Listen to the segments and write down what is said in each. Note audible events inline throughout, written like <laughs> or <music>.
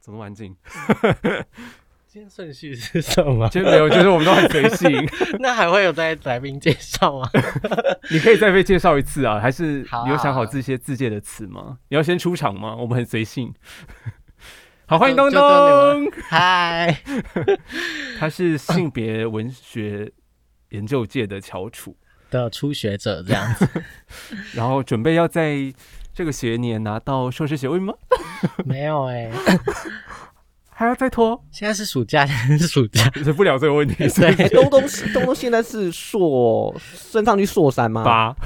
怎么那么安静？今天顺序是什 <laughs> 么？其实没有，就是我们都很随 <laughs> 性。那还会有在来宾介绍 <laughs> 吗？你可以再被介绍一次啊，还是好啊你有想好这些自介的词吗？你要先出场吗？我们很随性。 <laughs> 好，欢迎东就就这东，嗨，他是性别文学研究界的翘楚，的初学者这样子，然后准备要在这个学年拿到硕士学位吗？ <laughs> 没有哎、还要再拖？现在是暑假，现在是暑 <laughs> 假，忍不了这个问题， <laughs> 是对，哎东东是东东现在是硕升上去硕三吗？吧？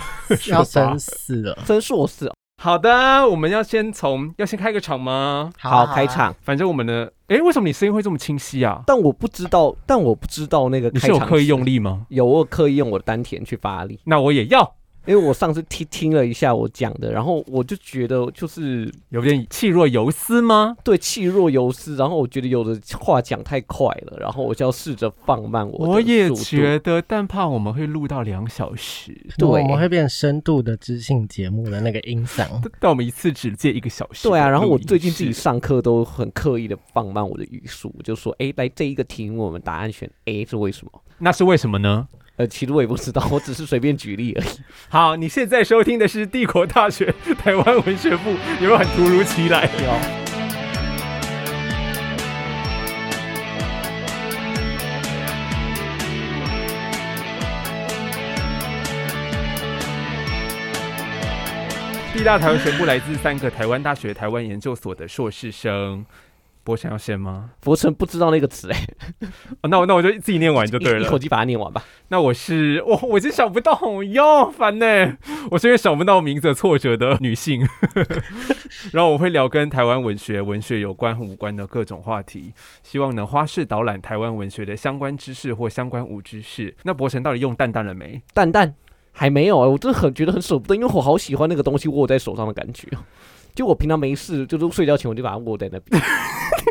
要生死了。升硕士。好的，我们要先从要先开个场吗？啊好，开，场。反正我们的，诶，为什么你声音会这么清晰啊？但我不知道，但我不知道那个你开是有场刻意用力，力吗？有我有刻意用我的丹田去发力，那我也要，因为我上次听听了一下我讲的，然后我就觉得就是有点气若游丝吗？对气若游丝，然后我觉得有的话讲太快了，然后我就要试着放慢我的我也速度觉得，但怕我们会录到两小时，对，我们对会变深度的知性节目的那个音响。但我们一次只借一个小时。对啊，然后我最近自己，上课都很刻意的放慢我的语速，就说，哎，来这一个题目，我们答案选 A 是为什么？那是为什么呢？呃，其实我也不知道，我只是随便举例而已。好，你现在收听的是帝国大学台湾文学部， <laughs> 有没有很突如其来？地大台湾全部来自三个台湾大学台湾研究所的硕士生。博想要先吗？佛成不知道那个词，哎，哦，那我那我就自己念完就对一一口了。气把它念完吧。那我是 <laughs> 我我真想不到哟，烦呢、 <laughs> 我是因为想不到名字而挫折的女性。 <laughs> 然后我会聊跟台湾文学、文学有关和无关的各种话题，希望能花式导览台湾文学的相关知识或相关无知识。那博成到底用蛋蛋了没？蛋蛋还没有啊，我真的很觉得很舍不得，因为我好喜欢那个东西握在手上的感觉哦。就我平常没事，就是睡觉前我就把它握在那边，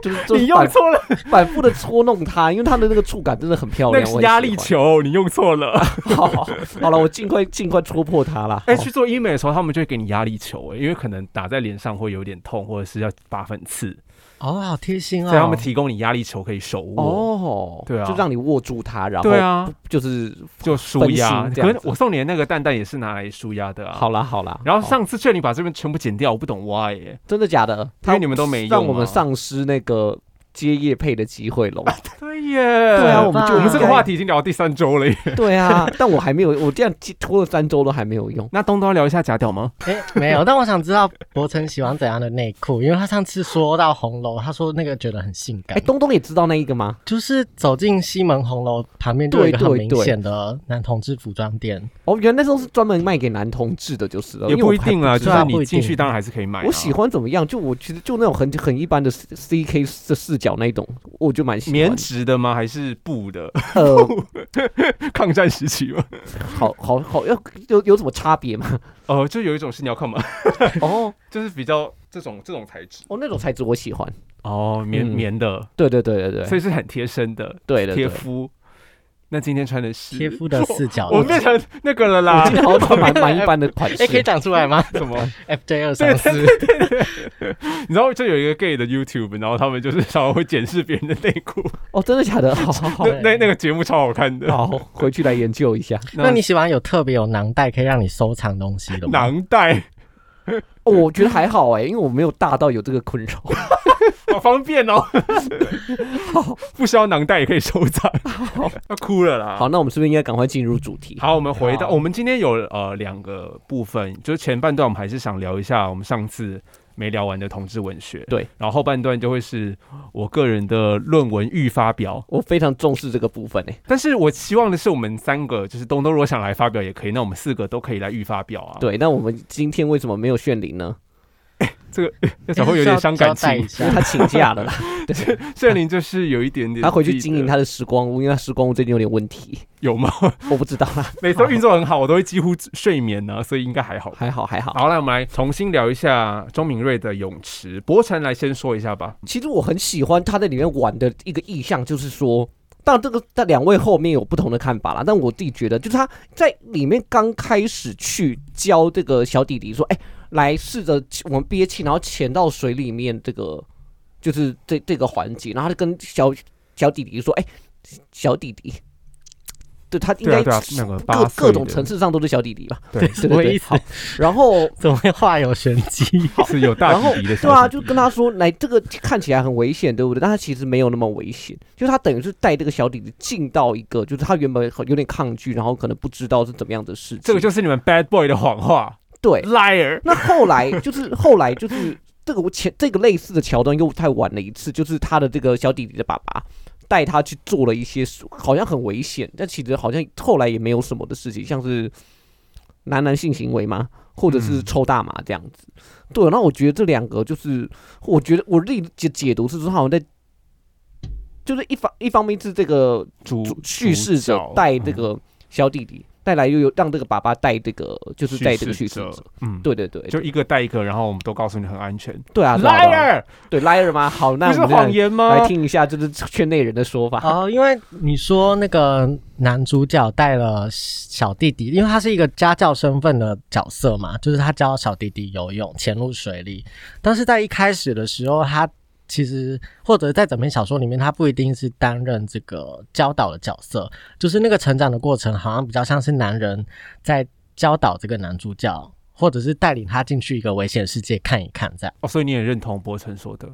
就是 <laughs> 就是你用反错了，反复的搓弄它，因为它的那个触感真的很漂那亮个。我是很压喜力欢。球，你用错了。好好好了，我尽快尽快戳破它啦。哎、好去做医美的时候，他们就会给你压力球、哎，因为可能打在脸上会有点痛，或者是要拔粉刺， <laughs> 哦，好贴心哦。所以他 <laughs> 们提供你压力球可以手握。哦，对啊就让你握住它，然后对啊，就是就舒压。分心这可样是子我送你的那个蛋蛋也是拿来舒压的啊。好啦好啦。然后好上次劝你把这边全部剪掉，我不懂 why 哎、真的假的？因它为你们都没用、啊。让我们丧失那个接叶配的机会喽。 <laughs> 对耶，对啊，我们吧就我们这个应该话题已经聊到第三周了耶。对啊，但我还没有，我这样拖了三周都还没有用。那东东要聊一下假屌吗？哎、没有，但我想知道博成喜欢怎样的内裤，因为他上次说到红楼，他说那个觉得很性啊哎、感，东东也知道那一个吗？就是走进西门红楼旁边就有一个对很对明对显的男同志服装 <laughs> 店，哦，原来那时候是专门卖给男同志的，就是了。也呃因为我不一定啦，还就知对是啊道不你一进去定当然还是可以买、啊。我喜欢怎么样，就我其实就那种很很一般的 C K 的视角那一种，我就蛮喜欢棉的。质的吗？还是布的？ <laughs> 呃，抗战时期吗？好好好，要有有什么差别 <laughs> 吗？哦，就有一种是你要看嘛，哦就是比较这种这种材质。哦，那种材质我喜欢。哦，棉嗯棉的，对对对对所对，以是很贴身的，对对贴对。肤。那今天穿的是贴肤的四角我我变成那个了啦 <laughs> 今，天好像穿蛮蛮一般的款式。哎、可以讲出 <laughs> 来吗什么？ ？FJ 二三四，你知道，就有一个 gay 的 YouTube，然后他们就是常常会检视别人的内裤，哦，真的假的？好好好那那那个节目超好看 <laughs> 的。好，回去来研究一 <laughs> 下。那你喜欢有特别有囊袋可以让你收藏东西的吗？囊袋哦，我觉得还好哎、因为我没有大到有这个困 <laughs> 扰。好方便哦，不需要囊袋也可以收藏。要哭了啦！好，那我们是不是应该赶快进入主题？好，我们回到好我们今天有呃两个部分，就是前半段我们还是想聊一下我们上次没聊完的同志文学，对，然后后半段就会是我个人的论文预发表，我非常重视这个部分哎、但是我希望的是我们三个就是东东如果想来发表也可以，那我们四个都可以来预发表啊，，对，那我们今天为什么没有炫灵 <laughs> 呢？那才会有点伤感交代一情。因为下。 <laughs> 他请假 <laughs> 了啦，圣灵就是有一点点，他回去经营他的时光屋，因为他时光屋最近有点问题，有吗？我不知道啦。 <laughs> 每次都运作很好，我都会几乎睡眠呢、所以应该还好吧。 <laughs> 还好还好，好，那我们来重新聊一下钟明瑞的泳池。博成来先说一下吧。其实我很喜欢他在里面玩的一个意象，就是说。当然，这个在两位后面有不同的看法啦。但我自己觉得，就是他在里面刚开始去教这个小弟弟说：“哎，来试着我们憋气，然后潜到水里面，这个就是这这个环节，然后他就跟小小弟弟说：“哎、小弟弟，对他应对啊该对啊，那个各八各岁种的层次上都是小弟弟吧？对对什对么对，意思好。然后怎么会话有玄机？ <laughs> 是有大然后弟弟的小对啊，弟就弟跟他说，来这个看起来很危险，对不对？但他其实没有那么危险，就是他等于是带这个小弟弟进到一个，就是他原本很有点抗拒，然后可能不知道是怎么样的事情。这个就是你们 bad boy 的谎话对。 ，liar。那后来就是后来就是这个我前这个类似的桥段又太晚了一次，就是他的这个小弟弟的爸爸带他去做了一些好像很危险，但其实好像后来也没有什么的事情，像是男男性行为嘛，或者是嗯抽大麻这样子。对，那我觉得这两个就是，我觉得我理解解读是说，好像在。就是一方一方面是这个主主叙事者角带这嗯个小弟弟，带来又有让这个爸爸带这个，就是带这个叙事者，，嗯，对对对，就一个带一个，然后我们都告诉你很安全。对啊对啊对啊 liar，对 liar 吗？好，那不我是们谎来言吗？啊来听一下，就是圈内人的说 <laughs> 法。哦，因为你说那个男主角带了小弟弟，因为他是一个家教身份的角色嘛，就是他教小弟弟游泳，潜入水里。但是在一开始的时候，他其实或者在整篇小说里面，他不一定是担任这个教导的角色，就是那个成长的过程，好像比较像是男人在教导这个男主角，或者是带领他进去一个危险世界看一看这样。哦，所以你也认同博成说的，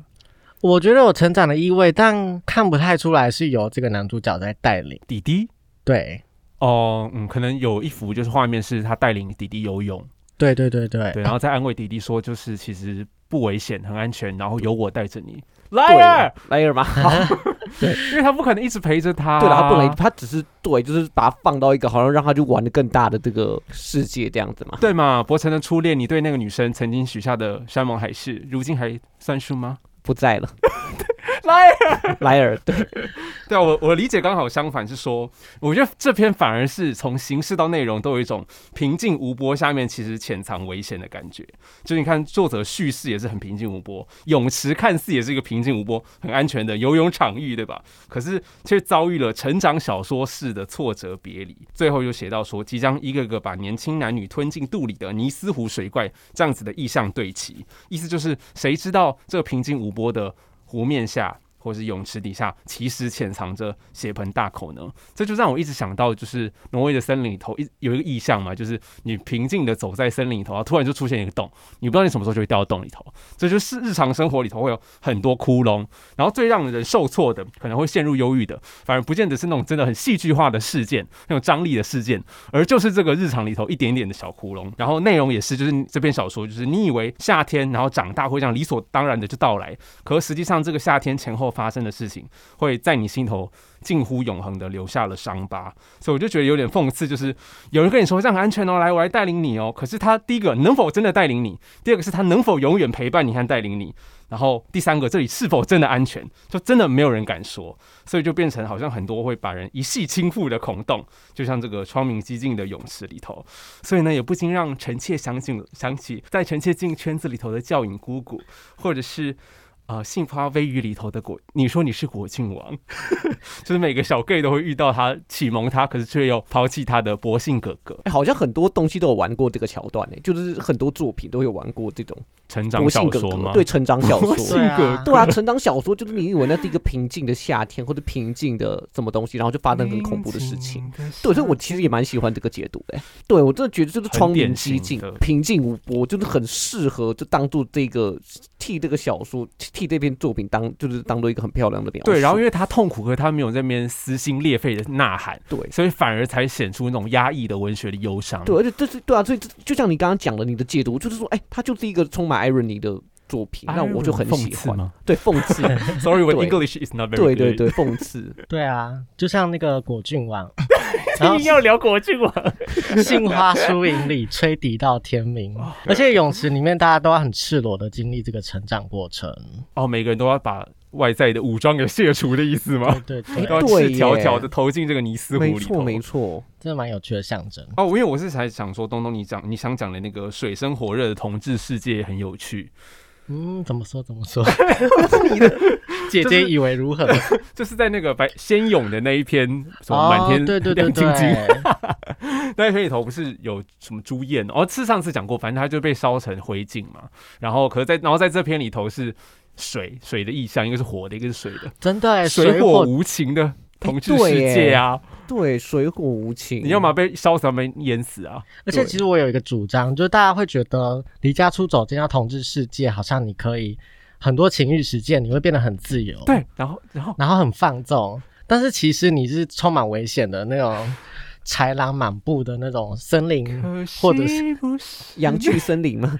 我觉得有成长的意味，但看不太出来是由这个男主角在带领。弟弟对，哦，嗯，可能有一幅就是画面是他带领弟弟游泳，对对对对对，然后再安慰弟弟说，就是其实不危险，很安全，然后有我带着你。对啊 liar，<laughs>，liar 吗？好，因为他不可能一直陪着他，对了，他不啊能，他只是对，就是把他放到一个好像让他去玩的更大的这个世界这样子嘛。对嘛？博成的初恋，你对那个女生曾经许下的山盟海誓，如今还算数吗不在 <laughs> 了？liar， ，liar 对，对啊，我我理解刚好相反，是说，我觉得这篇反而是从形式到内容都有一种平静无波，下面其实潜藏危险的感觉。就你看，作者叙事也是很平静无波，泳池看似也是一个平静无波、很安全的游泳场域，对吧？可是却遭遇了成长小说式的挫折别离。最后又写到说，即将一个个把年轻男女吞进肚里的尼斯湖水怪这样子的意象对齐，意思就是谁知道这个平静无波的湖面下。或是泳池底下，其实潜藏着血盆大口呢。这就让我一直想到，就是挪威的森林里头，一有一个意象嘛，就是你平静的走在森林里头，然后啊突然就出现一个洞，你不知道你什么时候就会掉到洞里头。这就是日常生活里头会有很多窟窿，然后最让人受挫的，可能会陷入忧郁的，反而不见得是那种真的很戏剧化的事件，那种张力的事件，而就是这个日常里头一点一点的小窟窿。然后内容也是，就是这篇小说，就是你以为夏天，然后长大会这样理所当然的就到来，可实际上这个夏天前后发生的事情，会在你心头近乎永恒的留下了伤疤。所以我就觉得有点讽刺，就是有人跟你说这样很安全哦，来我来带领你哦，可是他第一个能否真的带领你，第二个是他能否永远陪伴你和带领你，然后第三个这里是否真的安全，就真的没有人敢说，所以就变成好像很多会把人一系倾覆的孔洞，就像这个窗明几净的泳池里头，所以呢也不禁让臣妾想起想起在臣妾进圈子里头的教引姑姑，或者是。呃，杏花微雨里头的果，你说你是果郡王， <laughs> 就是每个小 gay 都会遇到他，启蒙他，可是却又抛弃他的薄幸哥哥，哎好像很多东西都有玩过这个桥段呢，就是很多作品都有玩过这种成长魔小性格说吗？对，成长 <laughs> 小薄说幸。对啊哥哥，对啊，成长小说就是你以为那是一个平静的夏天，或者平静的什么东西，然后就发生很恐怖的事情。。对，所以我其实也蛮喜欢这个解读的、对我真的觉得就是嗯很窗明典几型净的、平静无波，就是很适合就当做这个替这个小说、替这篇作品当就是当做一个很漂亮的描述。对，然后因为他痛苦，可是他没有在那边撕心裂肺的呐喊，对所以反而才显出那种压抑的文学的忧伤。对，而且这是对啊，所以这就像你刚刚讲的，你的解读就是说，哎、它就是一个充满 irony 的作品，哎，那我就很讽喜刺欢。吗对，讽 <laughs> 刺， ？Sorry, when 对 English is not very 对对 good <laughs> 对，讽刺。对啊，就像那个果郡王，然后一定要聊国剧王。杏花疏影里吹笛到天明，哦而且泳池里面大家都要很赤裸的经历这个成长过程。哦，每个人都要把外在的武装给卸除的意思吗？对哎对都要对，赤对条条耶的投进这个尼斯湖没里错头。没错，真的蛮有趣的象征。哦，因为我是才想说，东东你讲你想讲的那个水深火热的同志世界很有趣，嗯，怎么说怎么 <laughs> 说？姐姐以为如何？就是在那个白仙勇的那一篇什么哦，满天对对对亮晶晶对， <laughs> 那一篇里头不是有什么朱燕哦，是上次讲过，反正他就被烧成灰烬嘛。然后，可是在然后在这篇里头是水水的意象，一个是火的，一个是水的，真的耶欸水哎水哎火无情的同志世界啊！对，水火无情。你要么被烧死，要么被淹死啊！而且对其实我有一个主张，就是大家会觉得离家出走进到同志世界，好像你可以很多情欲实践，你会变得很自由，，对，然后然后然后很放纵。但是其实你是充满危险的那种豺狼满布的那种森林，嗯或可者是惜不是阳具森林吗？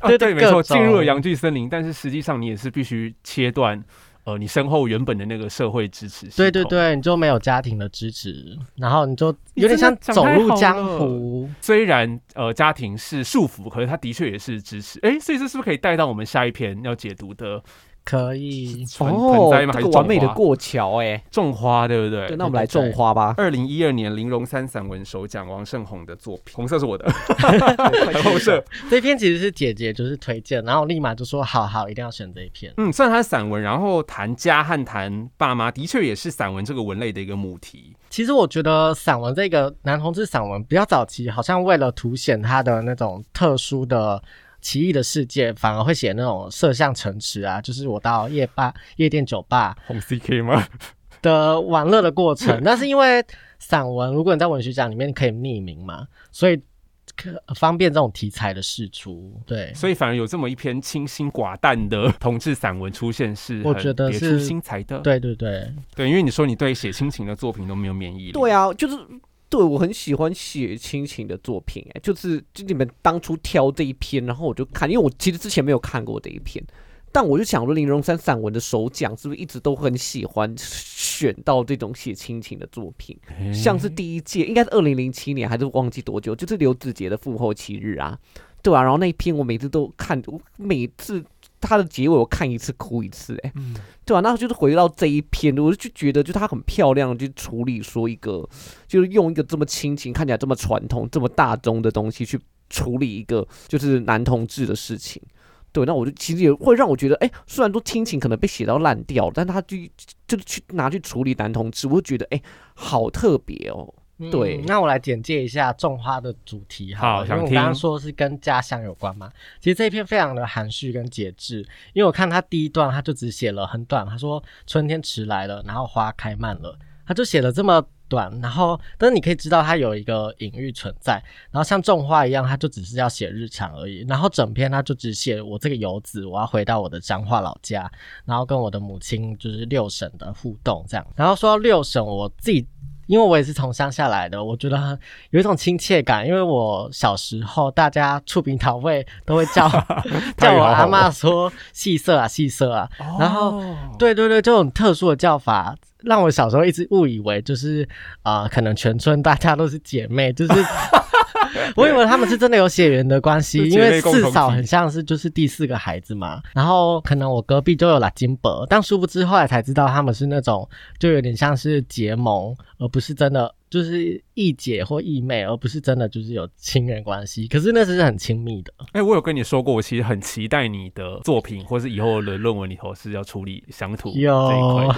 啊对对，没各错，进入了种阳具森林，但是实际上你也是必须切断呃你身后原本的那个社会支持系统。对对对，你就没有家庭的支持，然后你就你有点像真的讲走太入好江了湖。虽然呃家庭是束缚，可是他的确也是支持。哎，所以这是不是可以带到我们下一篇要解读的可以，盆盆哦栽吗？，还是这种个完美的花过桥哎。种花，对不对？对，那我们来对对种花吧。二零一二年玲珑三散文首奖王胜宏的作品，红色是我 <laughs> 的，对快红色。这篇其实是姐姐就是推荐，然后我立马就说好好，一定要选这一篇。嗯，虽然它是散文，然后谈家和谈爸妈，的确也是散文这个文类的一个母题。其实我觉得散文这个男同志散文比较早期，好像为了凸显他的那种特殊的奇异的世界，反而会写那种色相城池啊，就是我到夜吧、夜店、酒吧红 CK 吗？的玩乐的过程。但是因为散文，如果你在文学奖里面你可以匿名嘛，所以可方便这种题材的释出。对，所以反而有这么一篇清新寡淡的 <laughs> 同志散文出现，是我很觉得别是出心裁的。对对对，对，因为你说你对写亲情的作品都没有免疫力，对啊，就是对我很喜欢写亲情的作品、哎，就是就你们当初挑这一篇，然后我就看，因为我其实之前没有看过这一篇，但我就想说林荣山散文的首奖是不是一直都很喜欢选到这种写亲情的作品，哎，像是第一届应该是二零零七年还是忘记多久，就是刘子杰的《父后七日》啊，对啊，然后那一篇我每次都看，我每次。他的结尾我看一次哭一次、哎，嗯对啊，那就是回到这一篇，我就觉得就他很漂亮，就处理说一个，就是用一个这么亲情、看起来这么传统、这么大众的东西去处理一个就是男同志的事情。对，那我就其实也会让我觉得，哎、虽然说亲情可能被写到烂掉，但他就就是去拿去处理男同志，我就觉得，哎、好特别哦。对嗯那我来简介一下种花的主题好好了，因想为我刚刚听说是跟家乡有关嘛。其实这一篇非常的含蓄跟节制，因为我看他第一段他就只写了很短，他说春天迟来了，然后花开慢了，他就写了这么短，然后但是你可以知道它有一个隐喻存在。然后像种花一样，他就只是要写日常而已。然后整篇他就只写我这个游子，我要回到我的彰化老家，然后跟我的母亲就是六婶的互动这样。然后说到六婶，我自己。因为我也是从乡下来的，我觉得很有一种亲切感。因为我小时候，大家出饼讨味都会叫 <laughs> 叫我阿妈说 <laughs> “细色啊，细色啊”，然后哦对对对，这种特殊的叫法，让我小时候一直误以为就是啊、呃可能全村大家都是姐妹，就是 <laughs> <laughs> 我以为他们是真的有血缘的关系，是因姐妹为共四同嫂体很像是就是第四个孩子嘛。然后可能我隔壁就有拉金伯，但殊不知后来才知道他们是那种就有点像是结盟，而不是真的。就是义姐或义妹，而不是真的就是有亲人关系。可是那是很亲密的，哎、我有跟你说过，我其实很期待你的作品，或是以后的论文里头是要处理乡土这一块有 <laughs> 的。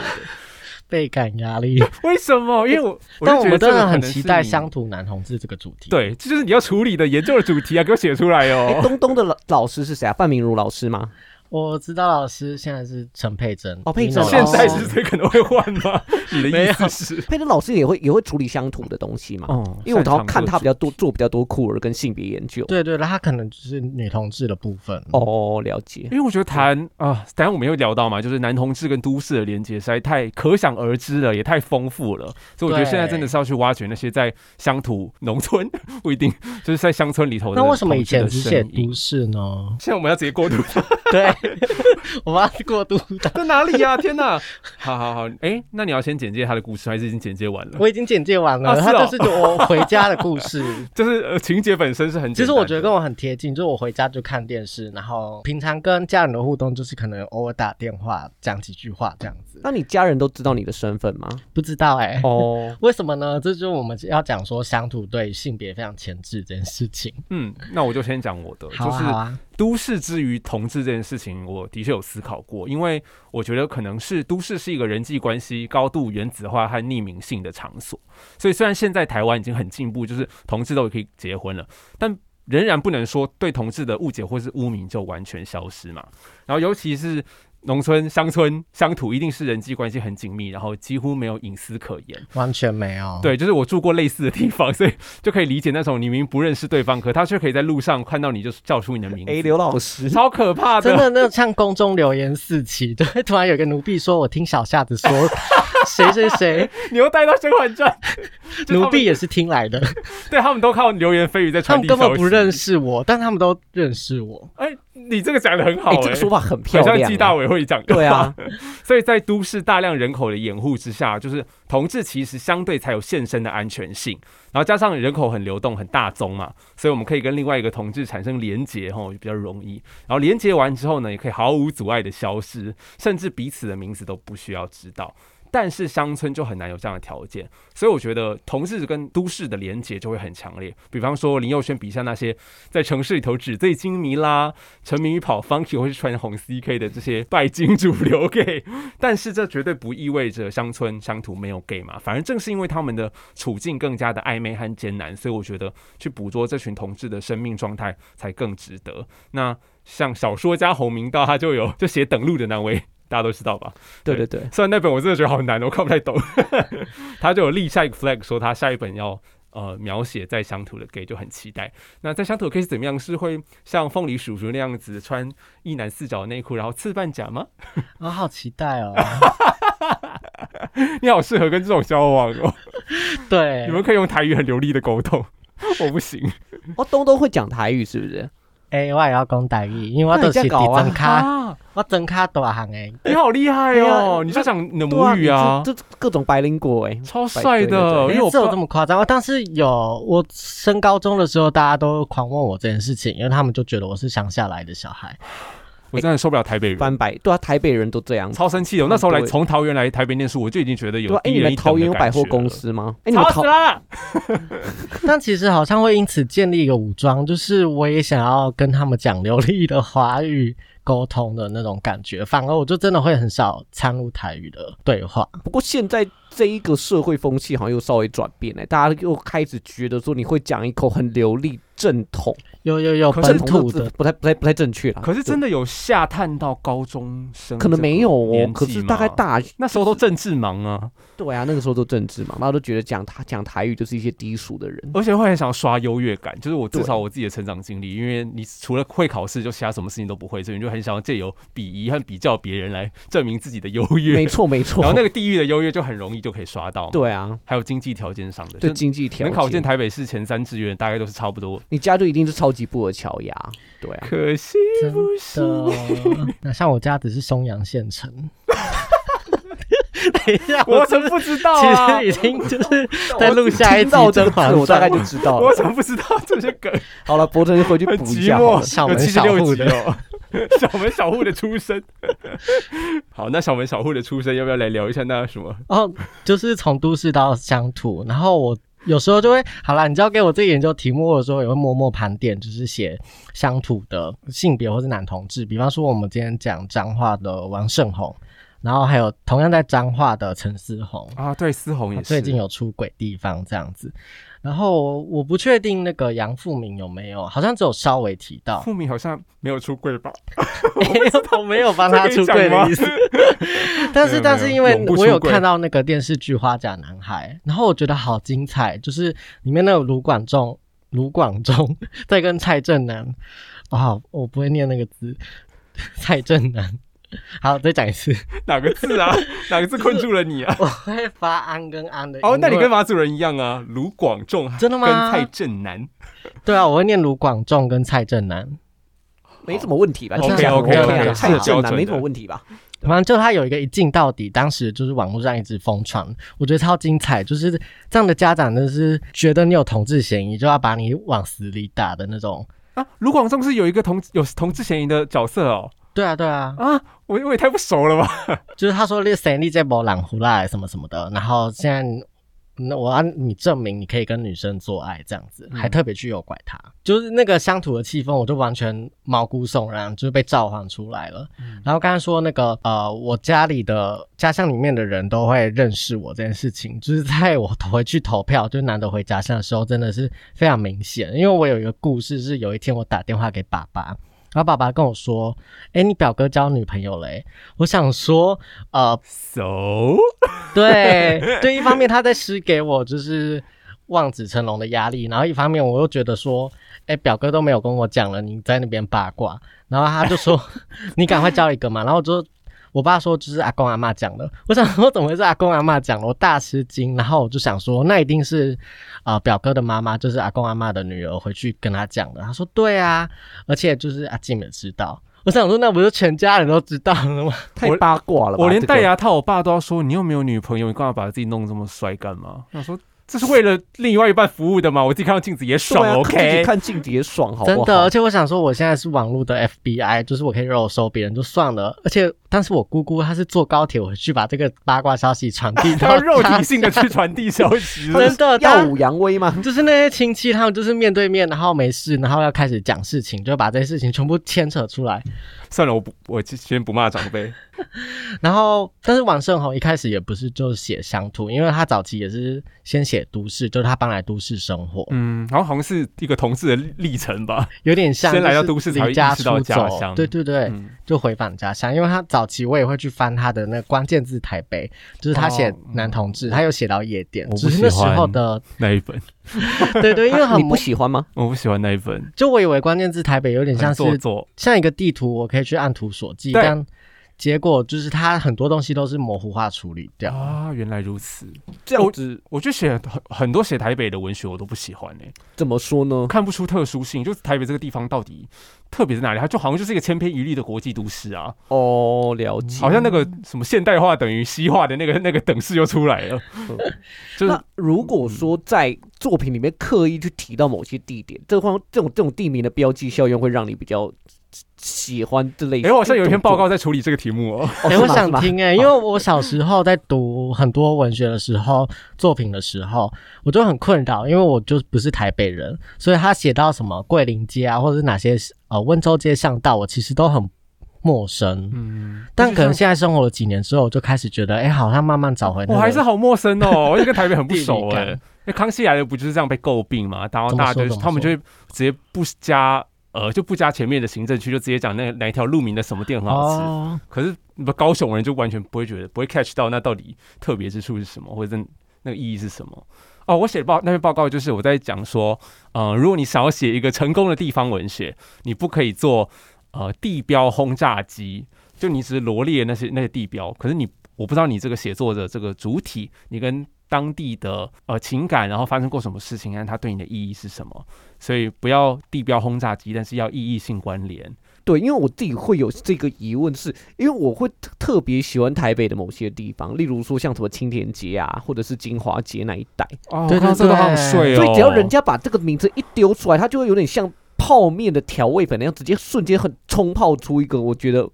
倍感压力。为什么？因为我，但我就我觉得们真这个的可很能期是待你乡土男同志这个主题。对，这就是你要处理的研究的主题啊，给我写出来哎、哦。东东的老老师是谁啊？范明儒老师吗？我知道老师现在是陈佩珍，哦佩珍 <laughs> 你现懂在吗是谁可能会换吗？你的没意有思是？佩珍老师也会也会处理乡土的东西嘛？哦因为我好像看他比较较多做比较多酷儿跟性别研究。对对，那他可能就是女同志的部分。哦，了解。因为我觉得谈啊，当然我们有聊到嘛，就是男同志跟都市的连接实在太可想而知了，也太丰富了，所以我觉得对现在真的是要去挖掘那些在乡土农村 <laughs> 不一定就是在乡村里头的那为什么同以志的前只写身影？都市 <laughs> 呢现在我们要直接过渡 <laughs> 对，我们要过度的。在哪里呀、天哪！好好好，哎、那你要先简介他的故事，还是已经简介完了？我已经简介完了，啊是他哦就是我回家的故 <laughs> 事。就是呃，情节本身是很简单的其实我觉得跟我很贴近，就是我回家就看电视，然后平常跟家人的互动就是可能偶尔打电话讲几句话这样子。那你家人都知道你的身份吗？不知道哎、哦， <laughs> 为什么呢？这就是我们要讲说乡土对性别非常前置这件事情。嗯，那我就先讲我的，好就啊，好是啊，都市之于同志这件事情，我的确有思考过，因为我觉得可能是都市是一个人际关系高度原子化和匿名性的场所，所以虽然现在台湾已经很进步，就是同志都可以结婚了，但仍然不能说对同志的误解或是污名就完全消失嘛。然后尤其是农村、乡村、乡土一定是人际关系很紧密，然后几乎没有隐私可言。完全没有。，对，就是我住过类似的地方，所以就可以理解那种你明明不认识对方，可他却可以在路上看到你就叫出你的名哎，字，刘老 <laughs> 师，超可怕真的。的那种像公众留言四起， <laughs> 对，突然有个奴婢说：“我听小夏子说， <laughs> 谁谁谁，你又带到《甄嬛传》 <laughs> 就他们，奴婢也是听来的，对他们都靠流言蜚语在他传们递根本消息不认。识我，但他们都认识我。哎，你这个讲的很好、哎哎，，这个说法很漂好像亮纪大哎。伟会讲的对 <laughs> 啊，所以在都市大量人口的掩护之下，就是同志其实相对才有现身的安全性，然后加上人口很流动、很大宗嘛，所以我们可以跟另外一个同志产生连结，吼就比较容易。然后连结完之后呢，也可以毫无阻碍的消失，甚至彼此的名字都不需要知道。但是乡村就很难有这样的条件，所以我觉得同志跟都市的连结就会很强烈。比方说林佑轩笔下那些在城市里头纸醉金迷啦，沉迷于跑 funky 或是穿红 CK 的这些拜金主流 gay，但是这绝对不意味着乡村乡土没有 gay 嘛，反而正是因为他们的处境更加的暧昧和艰难，所以我觉得去捕捉这群同志的生命状态才更值得。那像小说家侯明道，他就有就写《等路》的那位，大家都知道吧？ <laughs> 对对对，虽然那本我真的觉得好难，我看不太懂。他就有立下一个 flag，说他下一本要呃描写在乡土的 gay，就很期待。那在乡土 gay 是怎么样？是会像凤梨叔叔那样子穿一男四角的内裤，然后刺半甲吗？ <laughs> 我好期待哦！你好适合跟这种交往哦，哎对，你们可以用台语很流利的沟通。 <laughs> 我不行，哦，东东会讲台语是不是？哎、我也要讲台语，因为我都是那你伫这样搞啊增卡，我增卡大行诶。你好厉害哎哦！呀你就讲你的对母语啊，你这这各种白灵果哎，超帅的。哦因没为有我这哎有爸这么夸张，我当时有我升高中的时候，大家都狂问我这件事情，因为他们就觉得我是乡下来的小孩。我真的受不了台北人，翻白，对啊，台北人都这样。超生气的。哦我那时候来嗯对从桃园来台北念书，我就已经觉得有对啊，低哎，你人们一桃等的园有感百觉货公了。司吗？哎，你们吵桃死了！ <laughs> 但其实好像会因此建立一个武装，就是我也想要跟他们讲流利的华语沟通的那种感觉，反而我就真的会很少掺入台语的对话。不过现在这一个社会风气好像又稍微转变了，大家又开始觉得说你会讲一口很流利正统，有有有可是本正统土这个的字不太不太不太正确啦。可是真的的有下探到高中生，可能没有哦，可是大概大那时候都政治盲啊，对啊，那个时候都政治嘛，大家都觉得讲他讲台语就是一些低俗 <laughs> 的人。而且会很想刷优越感，就是我至对少我自己的成长经历，因为你除了会考试，就其他什么事情都不会，所以你就很想要借由鄙夷和比较别人来证明自己的优越没。错没错然后，那个地域的优越就很容易就可以刷到，， <laughs> 对啊，还有经济条件上的，对就经济条能考进件，台北市前三志愿大概都是差不多。你家就一定是超级布尔乔亚，对 <laughs> 啊，可惜真不是， <laughs> 的，那像我家只是松阳县城。 <laughs> 等一下，我真怎么不知道其啊实？已经就是在录下一集听到这甄个嬛字，我大概传就知道我了。怎么不知道这些梗？好了，博成回去很补一寂下好了。寞，小有门七十小六户集的哦， <laughs> 小门小户的出身。好，那小门小户的出身，要不要来聊一下那什么？哦，就是从都市到乡土，然后我。有时候就会好啦，你知道给我自己研究题目的时候，也会默默盘点，就是写乡土的性别或是男同志。比方说，我们今天讲彰化的王胜宏，然后还有同样在彰化的陈思宏，啊，对，思红也他是最近 <laughs> 有出轨地方这样子。然后我不确定那个杨富明有没有，好像只有稍微提到，富明好像没有出柜吧？没有， <laughs> 我没有帮他这可出以讲柜吗的意思。但没是有没但是有因为永不我出有柜看到那个电视剧《花甲男孩》，然后我觉得好精彩，就是里面那个卢广仲，卢广仲 <laughs> 在跟蔡正南，哇、我不会念那个字， <laughs> 蔡正南。好，再讲一次，哪个字啊？哪个字困住了你啊？ <laughs> 我会发安跟安的音。哦，那你因为跟马主任一样啊，卢广仲真的吗跟蔡正南对啊，我会念卢广仲跟蔡正南。没什么问题吧 OK，这样 OK，OK，这样 OK，哦太正是标准了，的没什么问题吧？反正就他有一个一镜到底，当时就是网络上一直疯传，我觉得超精彩。就是这样的家长，真的是觉得你有同志嫌疑，就要把你往死里打的那种。啊，卢广仲是有一个同有同志嫌疑的角色哦。对啊，对啊，啊，我我也太不熟了吧？就是他说那谁你在某朗胡啦什么什么的，然后现在那我要你证明你可以跟女生做爱这样子，还特别去诱拐他，就是那个乡土的气氛，我就完全毛骨悚然，就是被召唤出来了。然后刚才说那个呃，我家里的家乡里面的人都会认识我这件事情，就是在我回去投票，就是难得回家乡的时候，真的是非常明显。因为我有一个故事是有一天我打电话给爸爸，然后爸爸跟我说：“哎、你表哥交女朋友嘞、我想说，呃， So，对对，一方面他在施给我就是望子成龙的压力，然后一方面我又觉得说，哎、表哥都没有跟我讲了，你在那边八卦，然后他就说 <laughs> 你赶快交一个嘛，然后我就。我爸说就是阿公阿妈讲的，我想说怎么会是阿公阿妈讲的，我大吃惊。然后我就想说，那一定是啊、呃表哥的妈妈，就是阿公阿妈的女儿回去跟他讲的。他说对啊，而且就是阿静也知道。我想说，那不是全家人都知道了吗？太我八卦了吧？我连这个戴牙套，我爸都要说你又没有女朋友，你干嘛把自己弄这么衰干嘛？我想说这是为了另外一半服务的嘛，我自己看到镜子也对爽啊自己，OK？看镜子也爽，好不好？真的，而且我想说，我现在是网络的 FBI，就是我可以肉搜别人就算了，而且当时我姑姑她是坐高铁回去把这个八卦消息传递 <laughs> <laughs> 他到要肉她体性的去传递消息 <laughs> 他了，们 <laughs> 真的耀他武扬威嘛。就是那些亲戚，他们就是面对面，然后没事，然后要开始讲事情，就把这些事情全部牵扯出来。算了，我不，我先不骂长辈。然后，但是王胜宏一开始也不是就写乡土，因为他早期也是先写都市，就是他搬来都市生活，嗯，然后好像是一个同事的历程吧。有点像先来到就是都市才会离家意识到出家走乡对对对，嗯，就回返家乡，因为他早期我也会去翻他的那个关键字台北，就是他写哦男同志，他有写到夜店我，不只是那喜时欢候的 <laughs> 那一本对对，因 <laughs> 为很你不喜欢吗？我不喜欢那一本，就我以为关键字台北有点像很是做作。像一个地图，我可以去按图索骥，对但结果就是他很多东西都是模糊化处理掉。啊，原来如此。这样子我就写很很多写台北的文学，我都不喜欢哎、怎么说呢我？看不出特殊性。就是台北这个地方到底特别在哪里？它就好像就是一个千篇一律的国际都市啊，哦，了嗯解。好像那个什么现代化等于西化的那个那 <laughs> 个等式又出来了。嗯就是那如果说在作品里面刻意去提到某些地点，这方这种这种地名的标记效用会让你比较喜欢这类。哎、我好像有一篇报告在处理这个题目哦。哦，哎、是我吗想是吗听哎、因为我小时候在读很多文学的时候、作品的时候，我就很困扰，因为我就不是台北人，所以他写到什么桂林街啊，或者是哪些呃温州街巷道，我其实都很陌生。嗯，但可能现在生活了几年之后，我就开始觉得，哎、好像慢慢找回那我还是个好陌生 <laughs> 哦，我就跟台北很不熟地理哎、感那康熙来了不就是这样被诟病嘛？然后大家怎就么说怎么他们就说会直接不加呃，就不加前面的行政区，就直接讲那哪一条路名的什么店很好吃。哦，可是不高雄人就完全不会觉得不会 catch 到那到底特别之处是什么，或者是那个意义是什么。哦，我写报那篇报告就是我在讲说，呃，如果你想要写一个成功的地方文学，你不可以做呃地标轰炸机，就你只是罗列那些那些地标，可是你我不知道你这个写作的这个主体，你跟当地的呃情感，然后发生过什么事情，然后它对你的意义是什么，所以不要地标轰炸机，但是要意义性关联。对，因为我自己会有这个疑问是，因为我会特特别喜欢台北的某些地方，例如说像什么青田街啊，或者是金华街那一带。哦对看到对这个好想对睡哦。所以只要人家把这个名字一丢出来，它就会有点像泡面的调味粉那样，直接瞬间很冲泡出一个，我觉得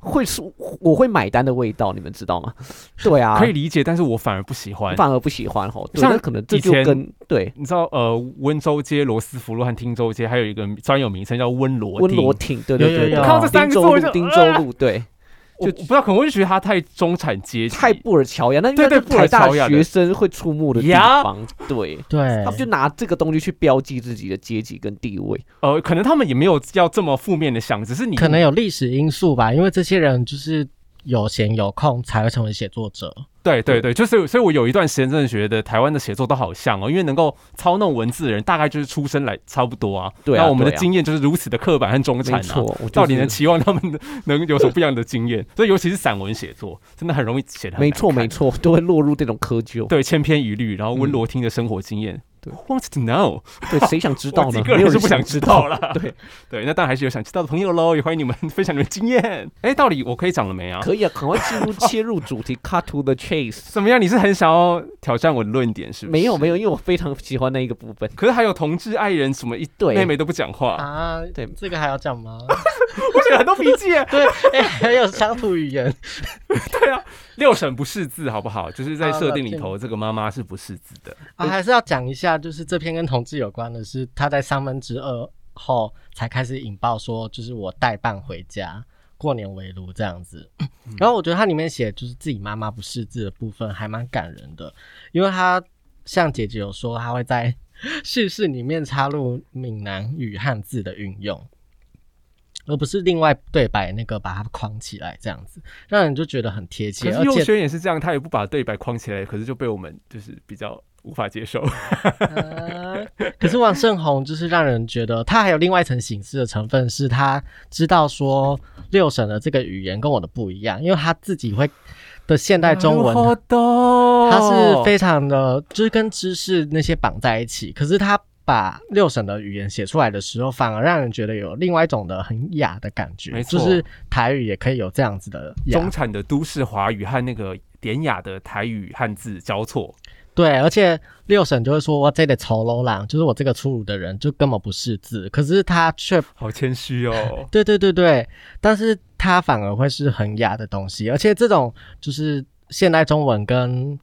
会是我会买单的味道，你们知道吗？对啊，可以理解，但是我反而不喜欢。反而不喜欢哈。对，像那可能这以就前跟对你知道，呃，温州街、罗斯福路和汀州街，还有一个专有名称叫温罗温町罗挺，对对有对有对，有看到这三个汀字州我就路，汀州啊路，对，我我不知道，可能我就觉得它太中产阶级，太布尔乔亚，那应该对是对布尔台大乔亚的学生会出没的地呀方，对。对他，们就拿这个东西去标记自己的阶级跟地位，呃，可能他们也没有要这么负面的想，只是你可能有历史因素吧，因为这些人就是有闲有空才会成为写作者。对对对，就是所以，我有一段时间真的觉得台湾的写作都好像哦，因为能够操弄文字的人，大概就是出身来差不多啊。对啊那我们的对啊经验就是如此的刻板和中产没啊。错，我就是到底能 <laughs> 期望他们能有什么不一样的经验？所以，尤其是散文写作，真的很容易写的。没错没错，都会落入这种窠臼。对，千篇一律，然后温罗汀的生活经验。对 w h a n t s to know？ <laughs> 对，谁想知道我自呢己？个没有人是人不想知知道道了。对， <laughs> 对，那当然还是有想知道的朋友喽，也欢迎你们 <laughs> 分享你们的经验。哎、到底我可以讲了没啊？可以啊，赶快进入切入主题，cut <laughs> to the chase。怎么样？你是很想要挑战我的论点是不是？没有没有。有，因为我非常喜欢那一个部分。可是还有同志爱人什么一对妹妹都不讲话，啊，对这个还要讲吗？我写了很多笔记耶。 <laughs> 对，哎、还有乡土语言，六神不识字，好不好？就是在好设了定里对头，这个妈妈是不识字的。啊，还是要讲一下，就是这篇跟同志有关的是，他在三分之二后才开始引爆说，就是我代办回家过年围炉这样子。嗯然后我觉得它里面写就是自己妈妈不识字的部分还蛮感人的，因为他像姐姐有说，他会在叙事里面插入闽南语汉字的运用。而不是另外对白那个把它框起来这样子，让人就觉得很贴切，可而是右且轩也是这样，他也不把对白框起来，可是就被我们就是比较无法接受。呃 <laughs> 可是王胜宏就是让人觉得他还有另外一层形式的成分，是他知道说六婶的这个语言跟我的不一样，因为他自己会的现代中文，哎好多，他是非常的，就是跟知识那些绑在一起。可是他把六婶的语言写出来的时候，反而让人觉得有另外一种的很雅的感觉，没就错是台语也可以有这样子的雅中产的都市华语和那个典雅的台语汉字交错，对，而且六婶就会说：“我这得丑陋啦，就是我这个粗鲁的人，就根本不识字。”可是他却。好谦虚哦对对对对，但是它反而会是很雅的东西，而且这种就是现代中文跟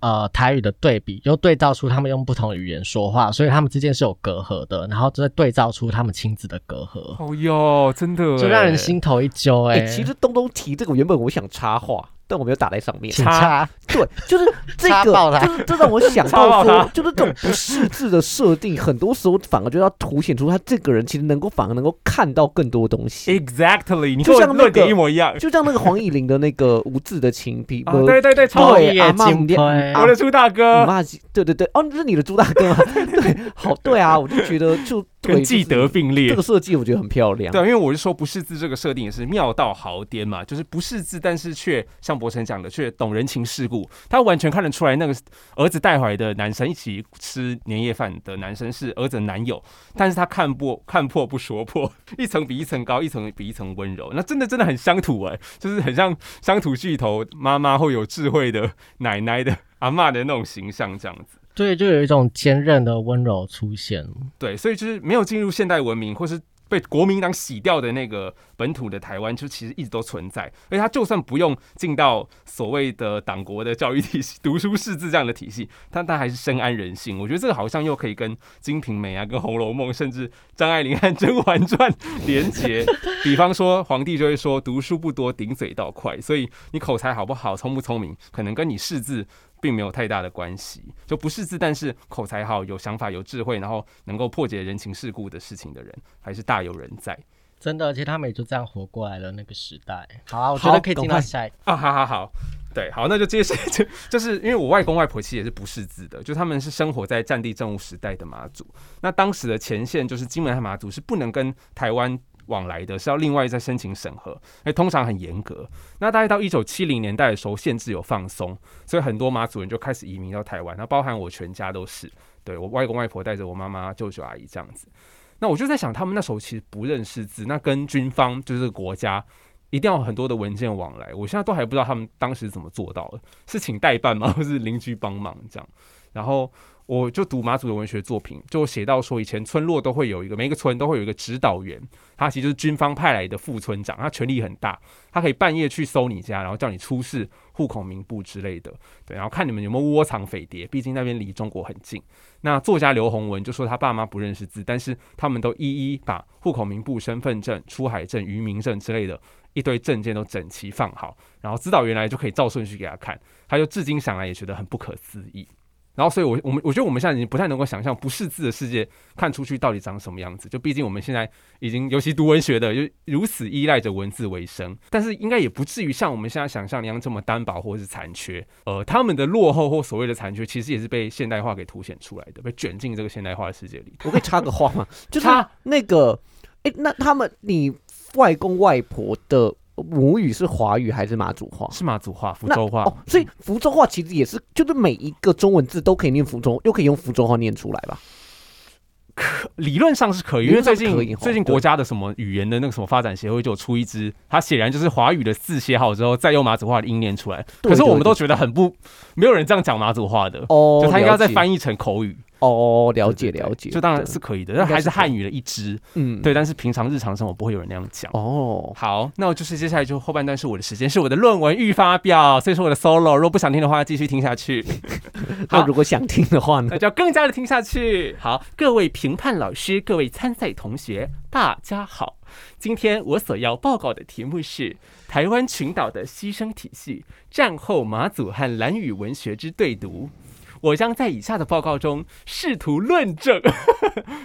呃台语的对比，又对照出他们用不同的语言说话，所以他们之间是有隔阂的，然后再对照出他们亲子的隔阂， <laughs> 哦哟，真的耶，就让人心头一揪哎、哎、其实东东提这个原本我想插话，但我没有打在上面。请插对，就是这插爆个，他就是这让我想插到爆说他，就是这种不识字的设定，很多时候反而就要凸显出他这个人其实能够反而能够看到更多东西。 exactly，你就跟我像那论点个一模一样。就像那个黄以玲的那个无字的情敌，啊，呃对呃对对，超好对落听，叶阿嬷金你杯啊我的朱大你哥，骂几对对对，哦，这是你的朱大哥吗？ <laughs> 对，好，对啊，我就觉得 <laughs> 就对，跟就是记得并列这个。设计，我觉得很漂亮。对，啊因为我是说不识字这个设定也是妙到毫巅嘛，就是不识字，但是却像博成讲的，却懂人情世故。他完全看得出来，那个儿子带怀的男生一起吃年夜饭的男生是儿子的男友，但是他看破看破不说破，一层比一层高，一层比一层温柔。那真的真的很乡土哎、就是很像乡土巨头妈妈会有智慧的奶奶的 <laughs> 阿嬷的那种形象这样子。对，就有一种坚韧的温柔出现。对，所以就是没有进入现代文明，或是被国民党洗掉的那个本土的台湾，就其实一直都存在。而且它就算不用进到所谓的党国的教育体系、 <laughs> 读书识字这样的体系，但它还是深谙人性。我觉得这个好像又可以跟《金瓶梅》啊、跟《红楼梦》，甚至张爱玲和《甄嬛传》 <laughs> 连结。比方说，皇帝就会说：“读书不多，顶嘴到快。”所以你口才好不好、聪不聪明，可能跟你识字并没有太大的关系。就不识字，但是口才好、有想法、有智慧，然后能够破解人情世故的事情的人，还是大有人在真的，而且他们也就这样活过来了那个时代。好啊，我觉得好可以进赶到快下一 <laughs> 啊！好好好。对，好，那就接下 <laughs> 就就是因为我外公外婆其实也是不识字的，就他们是生活在战地政务时代的马祖。那当时的前线就是金门和马祖是不能跟台湾往来的，是要另外再申请审核，哎，通常很严格。那大概到一九七零年代的时候，限制有放松，所以很多马祖人就开始移民到台湾，那包含我全家都是，对我外公外婆带着我妈妈、舅舅阿姨这样子。那我就在想，他们那时候其实不认识字，那跟军方就是国家一定要有很多的文件往来，我现在都还不知道他们当时怎么做到的，是请代办吗，或 <laughs> 是邻居帮忙这样？然后我就读马祖的文学作品，就写到说，以前村落都会有一个，每一个村都会有一个指导员，他其实就是军方派来的副村长，他权力很大，他可以半夜去搜你家，然后叫你出示户口名簿之类的，对，然后看你们有没有窝藏匪谍，毕竟那边离中国很近。那作家刘洪文就说他爸妈不认识字，但是他们都一一把户口名簿、身份证、出海证、渔民证之类的一堆证件都整齐放好，然后指导员来就可以照顺序给他看，他就至今想来也觉得很不可思议。然后，所以我我们我觉得我们现在已经不太能够想象不识字的世界看出去到底长什么样子。就毕竟我们现在已经，尤其读文学的，就如此依赖着文字为生，但是应该也不至于像我们现在想象那样这么单薄或是残缺。呃，他们的落后或所谓的残缺，其实也是被现代化给凸显出来的，被卷进这个现代化的世界里。我可以插个话吗？就是插那个，哎、那他们你外公外婆的母语是华语还是马祖话？是马祖话、福那州话，哦，所以福州话其实也是，就是每一个中文字都可以念福州，又可以用福州话念出来吧？理论上是可以，理因为论上最是可以哦近吼最近国家的什么语言的那个什么发展协会就有出一支，它显然就是华语的字写好之后，再用马祖话的音念出来。对可是我们对都觉得很不，没有人这样讲马祖话的，哦，就它应该要再译。翻译成口语。哦，了解对对对了解，就当然对是，可以的，该但是还是汉语的一支。嗯，对，但是平常日常生活不会有人那样讲。哦，好，那我就是接下来就后半段是我的时间，是我的论文预发表，所以说我的 solo。如果不想听的话，继续听下去。那如果想听的话呢那？就要更加的听下去。好，各位评判老师，各位参赛同学，大家好。今天我所要报告的题目是台湾群岛的牺牲体系——战后马祖和兰语文学之对读。我将在以下 <laughs> 的报告中试图论证，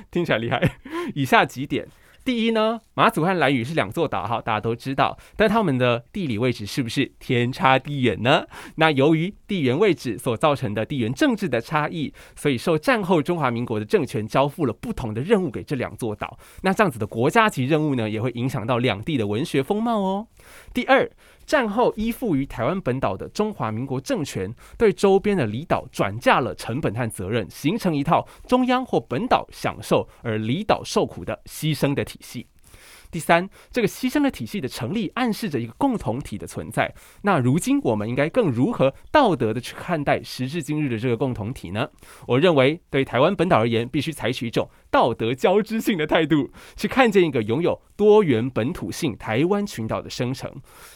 听起来厉害。以下几点：第一呢，马祖和兰屿是两座岛哈，大家都知道，但它们的地理位置是不是天差地远呢？那由于地缘位置所造成的地缘政治的差异，所以受战后中华民国的政权交付了不同的任务给这两座岛。那这样子的国家级任务呢，也会影响到两地的文学风貌哦。第二，战后依附于台湾本岛的中华民国政权，对周边的离岛转嫁了成本和责任，形成一套中央或本岛享受而离岛受苦的牺牲的体系。第三，这个牺牲的体系的成立，暗示着一个共同体的存在。那如今我们应该更如何道德的去看待时至今日的这个共同体呢？我认为，对台湾本岛而言，必须采取一种道德交织性的态度，去看见一个拥有多元本土性台湾群岛的生成，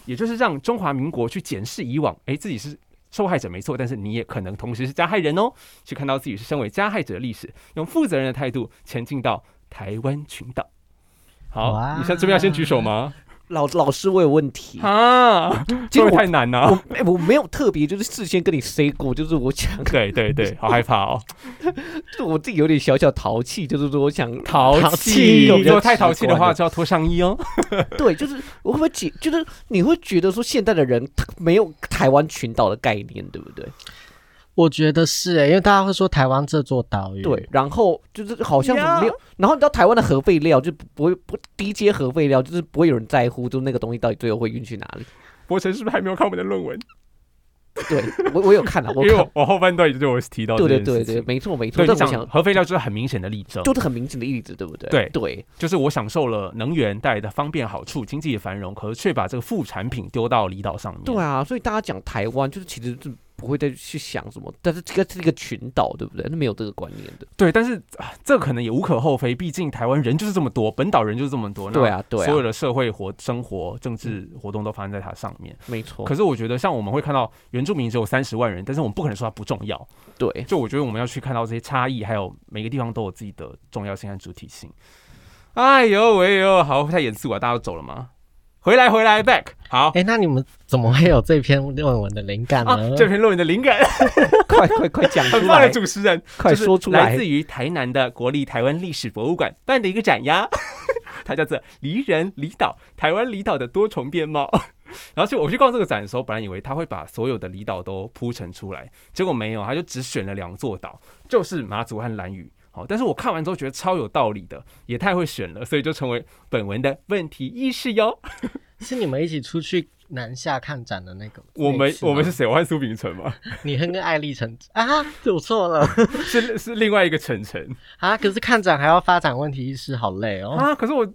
也就是让中华民国去检视以往，哎诶，自己是。受害者没错，但是你也可能同时是加害人哦。去看到自己是身为加害者的历史，用负责任的态度前进到台湾群岛。好，哇你像这边要先举手吗？ <laughs> 老老师，我有问题。啊，嗯其实这我个太难了、我哎我没有特别，就是事先跟你 say 过，就是我想， <laughs> <laughs> 对对对，好害怕哦！就是我自己有点小小淘气，就是说我想，淘淘气，气如果太淘气的比较奇怪话，的就要脱上衣哦。 <laughs> 对，就是我会不会解，就是你会觉得说现代的人他没有台湾群岛的概念，对不对？我觉得是哎诶、因为大家会说台湾这座岛屿，对，，然后就是好像呀没有，然后你知道台湾的核废料就不不会不低阶核废料，就是不会有人在乎，就那个东西到底最后会运去哪里？博成是不是还没有看我们的论文？对我我有看了，啊 <laughs> 我因为看我，我后半段就有提到对哎哦这件对对事对，情。没错没错对，，但你我讲想核废料就是很明显的例证，就是很明显的例子，对不对？对对就是我享受了能源带来的方便好处、经济的繁荣，可是却把这个副产品丢到离岛上面。对啊，所以大家讲台湾，就是其实是不会再去想什么，但是这个是一个群岛，对不对？那没有这个观念的。对，但是啊这可能也无可厚非，毕竟台湾人就是这么多，本岛人就是这么哦多，那对啊对所有啊，的社会活、生活、政治活动都发生在它上面。没错可，是我觉得，像我们会看到原住民只有三十万人，但是我们不可能说它不重要。对 <laughs> 就我觉得我们要去看到这些差异，还有每个地方都有自己的重要性和主体性。哎呦喂呦，好太严肃啊！大家都走了吗？回来回来，back 好、 <laughs> 诶、哎那你们怎么会有这篇论文的灵感呢？啊！这篇论文的灵感快快快讲嗯出很棒的来，主持人，快就是说出来来自。于台南的国立台湾历史博物馆办的一个展呀， <laughs> 它叫做《离人离岛：台湾离岛的多重面貌》。 <laughs> 然后就我去逛这个展的时候，本来以为他会把所有的离岛都铺陈出来，结果没有，他就只选了两座岛，就是马祖和兰屿。好，但是我看完之后觉得超有道理的，也太会选了，所以就成为本文的问题意识哟。是你们一起出去南下看展的那个？我那一们次吗我们是谁？我和苏秉成吗？你哼跟艾丽成啊，我错了是是另外一个晨晨啊！可是看展还要发展问题意识，好累哦。啊！可是我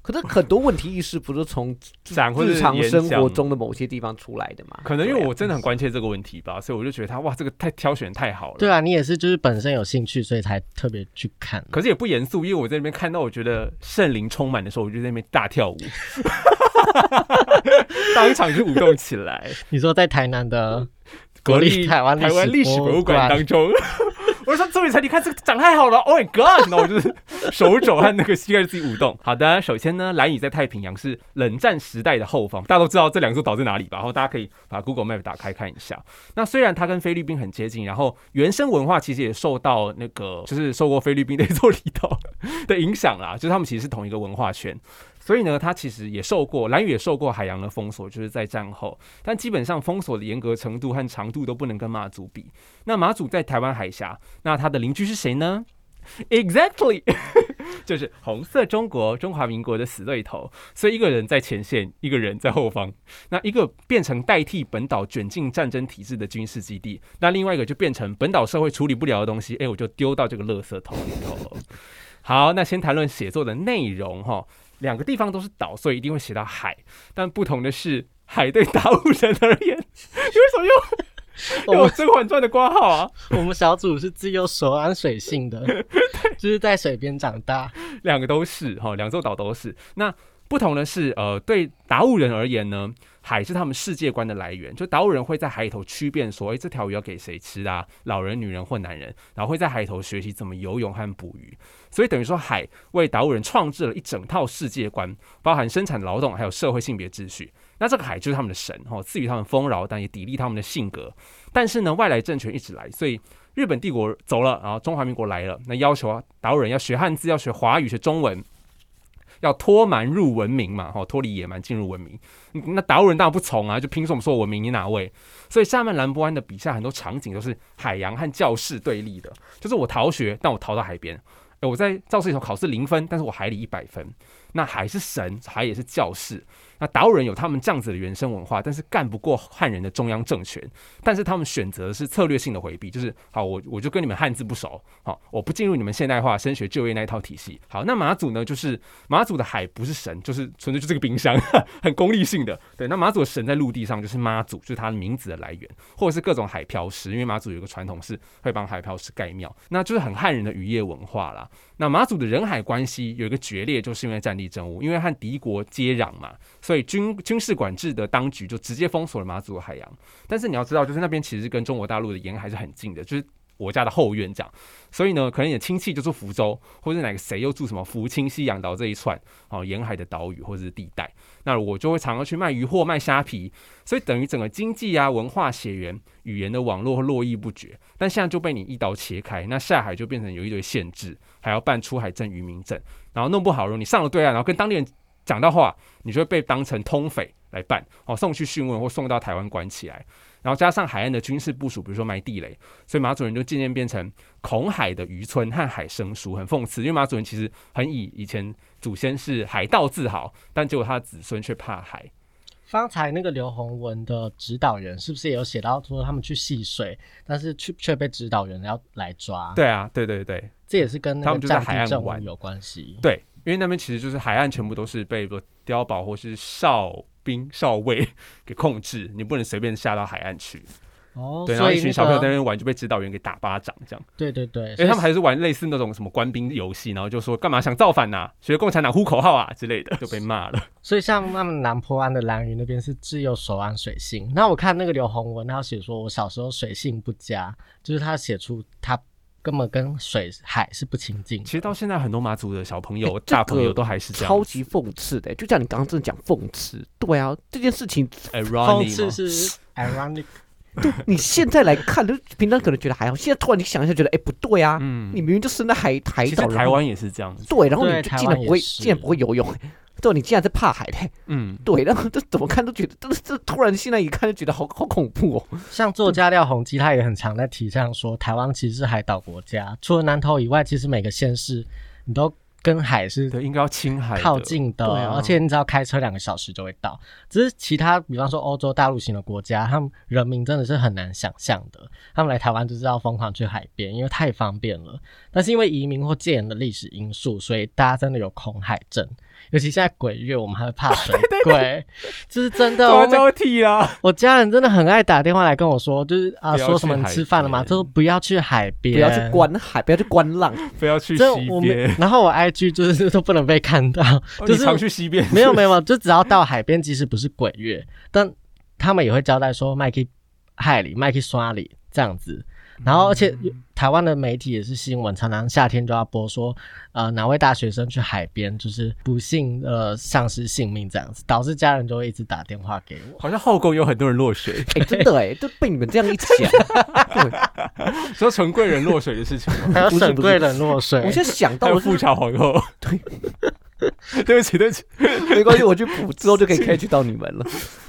可是很多问题意识不是从展或者日常演生活讲中的某些地方出来的嘛？可能因为对啊我真的很关切这个问题吧，所以我就觉得他哇，这个太挑选太好了。对啊，你也是，就是本身有兴趣，所以才特别去看。可是也不严肃，因为我在那边看到我觉得圣灵充满的时候，我就在那边大跳舞，当场就舞动起来。你说在台南嗯的国立台湾历史台湾历史博物博物馆馆当中。 <laughs> 我说：“周雨辰，你看这个长太好了，Oh my God！” 然后我就是手肘和那个膝盖自己舞动。好的，首先呢，蓝屿在太平洋是冷战时代的后方，大家都知道这两座岛在哪里吧？然后大家可以把 Google Map 打开看一下。那虽然它跟菲律宾很接近，然后原生文化其实也受到那个就是受过菲律宾那座离岛的影响啦，就是他们其实是同一个文化圈。所以呢，它其实也受过蓝屿也受过海洋的封锁，就是在战后。但基本上封锁的严格程度和长度都不能跟马祖比。那马祖在台湾海峡，那它的邻居是谁呢？Exactly，就是红色中国中华民国的死对头。所以一个人在前线，一个人在后方。那一个变成代替本岛卷进战争体制的军事基地，那另外一个就变成本岛社会处理不了的东西，哎、我就丢到这个垃圾桶里头。好，那先谈论写作的内容哈。两个地方都是岛，所以一定会写到海。但不同的是，海对达悟人而言， <laughs> 你为什么用我用《们甄嬛传》的挂号啊？我们小组是自幼手安水性 <laughs> 的，就是在水边长大。两个都是哈，两座岛都是。那不同的是，呃，对达悟人而言呢，海是他们世界观的来源。就达悟人会在海里头区辨说，诶，这条鱼要给谁吃啊？老人、女人或男人，然后会在海里头学习怎么游泳和捕鱼。所以等于说，海为达悟人创制了一整套世界观，包含生产劳动，还有社会性别秩序。那这个海就是他们的神哦，赐予他们丰饶，但也砥砺他们的性格。但是呢，外来政权一直来，所以日本帝国走了，然后中华民国来了，那要求啊，岛人要学汉字，要学华语，学中文。要脱蛮入文明嘛，哦哈，脱离野蛮进入文明。嗯那达悟人当然不从啊，就凭什么说我明你哪位？所以夏曼兰波安的笔下很多场景都是海洋和教室对立的，就是我逃学，但我逃到海边。诶，我在教室里头考试零分，但是我海里一百分。那海是神，海也是教室。那达悟人有他们这样子的原生文化，但是干不过汉人的中央政权。但是他们选择的是策略性的回避，就是好，我我就跟你们汉字不熟，好，我不进入你们现代化升学就业那一套体系。好，那马祖呢，就是马祖的海不是神，就是纯粹就是个冰箱，很功利性的。对，那马祖的神在陆地上就是妈祖，就是它的名字的来源，或者是各种海漂师，因为马祖有一个传统是会帮海漂师盖庙，那就是很汉人的渔业文化啦。那马祖的人海关系有一个决裂，就是因为战地政务，因为和敌国接壤嘛，所以军军事管制的当局就直接封锁了马祖的海洋。但是你要知道，就是那边其实跟中国大陆的沿海是很近的，就是我家的后院这样。所以呢，可能你的亲戚就住福州，或者哪个谁又住什么福清、西洋岛这一串哦沿海的岛屿或者是地带。那我就会常常去卖鱼货、卖虾皮，所以等于整个经济啊、文化血缘、语言的网络络绎不绝。但现在就被你一刀切开，那下海就变成有一堆限制，还要办出海证、渔民证，然后弄不好，如果你上了对岸，然后跟当地人讲到话，你就会被当成通匪来办，哦，送去讯问或送到台湾关起来。然后加上海岸的军事部署，比如说埋地雷，所以马祖人就渐渐变成恐海的渔村和海生疏，很讽刺。因为马祖人其实很以以前祖先是海盗自豪，但结果他的子孙却怕海。方才那个刘洪文的指导员是不是也有写到说他们去戏水，但是却却被指导员要来抓？，对啊，对对对这也是跟他那们个就在战海地岸政务玩有关系。对，因为那边其实就是海岸全部都是被比如说碉堡或是哨兵、哨卫 <laughs> 给控制，你不能随便下到海岸去。哦，对，然后所一以、那群个、小朋友在那边玩就被指导员给打巴掌这样。对对对，哎、所以他们还是玩类似那种什么官兵游戏，然后就说干嘛想造反呐、学共产党呼口号啊之类的，就被骂了。所以像他们南坡湾的蓝屿那边是自幼手腕水性。那我看那个刘洪文，他有写说我小时候水性不佳，就是他写出他根本跟水海是不亲近的。其实到现在，很多马祖的小朋友、哎这大朋友个都还是这样超。级讽刺的、就像你刚刚真的讲讽刺，对啊，这件 <laughs> 事情哎讽，Ronnie 刺吗？是 <laughs> ironic，你现在来看，就平常可能觉得还好，现在突然你想一下，觉得哎、不对啊，嗯你，明明就生在海海其实岛，然台后湾也是这样子。对，然后你对就台竟湾然也不会，是竟然不会游泳、 <laughs> 对，你竟然在怕海嘞、嗯，对，然后这怎么看都觉得，这这突然现在一看就觉得好好恐怖哦。像作家廖鸿基，他也很常在提倡说，台湾其实是海岛国家，除了南投以外，其实每个县市你都跟海是对，应该要青海的靠。近的，对啊而且你只要开车两个小时就会到。只是其他，比方说欧洲大陆型的国家，他们人民真的是很难想象的。他们来台湾就是要疯狂去海边，因为太方便了。但是因为移民或戒严的历史因素，所以大家真的有恐海症。尤其现在鬼月，我们还会怕 <laughs> 水鬼，这是真的。我抓每交替啊！ <laughs> 我家人真的很爱打电话来跟我说，就是啊，不要说什么去你海吃饭了吗？边他说不要去海边，不要去观海，不要去观浪，不要去这西我们边，，然后我 IG 就是都不能被看到，哦你就是常去西边。 <laughs> 没有没有，就只要到海边，即使不是鬼月，但他们也会交代说麦克海里、麦克刷里这样子。嗯然后，而且台湾的媒体也是新闻，常常夏天就要播说，呃，哪位大学生去海边，就是不幸呃丧失性命这样子，导致家人就会一直打电话给 <laughs> 我。 <laughs> 好像后宫有很多人落水， <laughs> 哎、真的哎、就被你们这样一讲，说陈贵人落水的事 <laughs> 情吗，还有不是沈不是桂人落水，我现在想还到有的是富察皇后。 <laughs> 对，对不起，对不起。 <laughs> 没关系，我去补之后就可以 catch 到你们 <laughs> 了。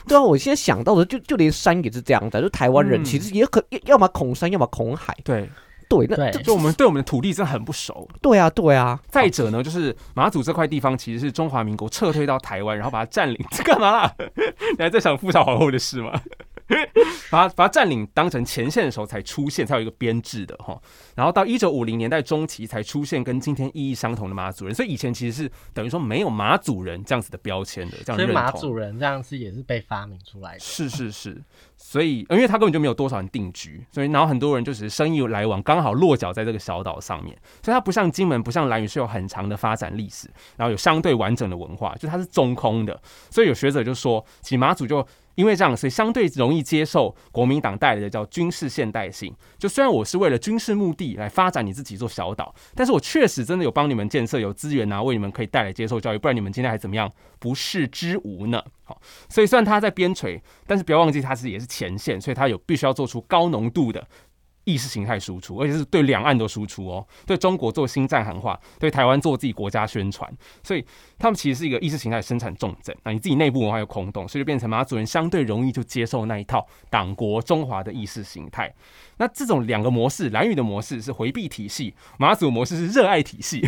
对啊，我现在想到的就就连山也是这样啊的，就台湾人嗯其实也可、要要么恐山，要么恐海。对，对，那对这就我们对我们的土地真的很不熟。对啊，对啊，再者呢，就是马祖这块地方其实是中华民国撤退到台湾，然后把它占领，这干嘛啦？ <laughs> 你还在想富察皇后的事吗？ <laughs> 把它把它占领当成前线的时候才出现，才有一个编制的哈。然后到一九五零年代中期才出现跟今天意义相同的马祖人，所以以前其实是等于说没有马祖人这样子的标签的，这样所认以同。马主人这样子也是被发明出来的。是是是，所以呃因为他根本就没有多少人定居，所以然后很多人就只是生意来往，刚好落脚在这个小岛上面，所以它不像金门，不像兰屿是有很长的发展历史，然后有相对完整的文化，就它是中空的，所以有学者就说，其实马祖就。因为这样，所以相对容易接受国民党带来的叫军事现代性。就虽然我是为了军事目的来发展你自己做小岛，但是我确实真的有帮你们建设有资源啊，为你们可以带来接受教育，不然你们今天还怎么样不世之无呢？好，所以虽然他在边陲，但是不要忘记，它是也是前线，所以它有必须要做出高浓度的意识形态输出，而且是对两岸都输出哦，对中国做新战喊话，对台湾做自己国家宣传，所以他们其实是一个意识形态生产重镇。那你自己内部文化又空洞，所以就变成马祖人相对容易就接受那一套党国中华的意识形态。那这种两个模式，蓝语的模式是回避体系，马祖模式是热爱体系，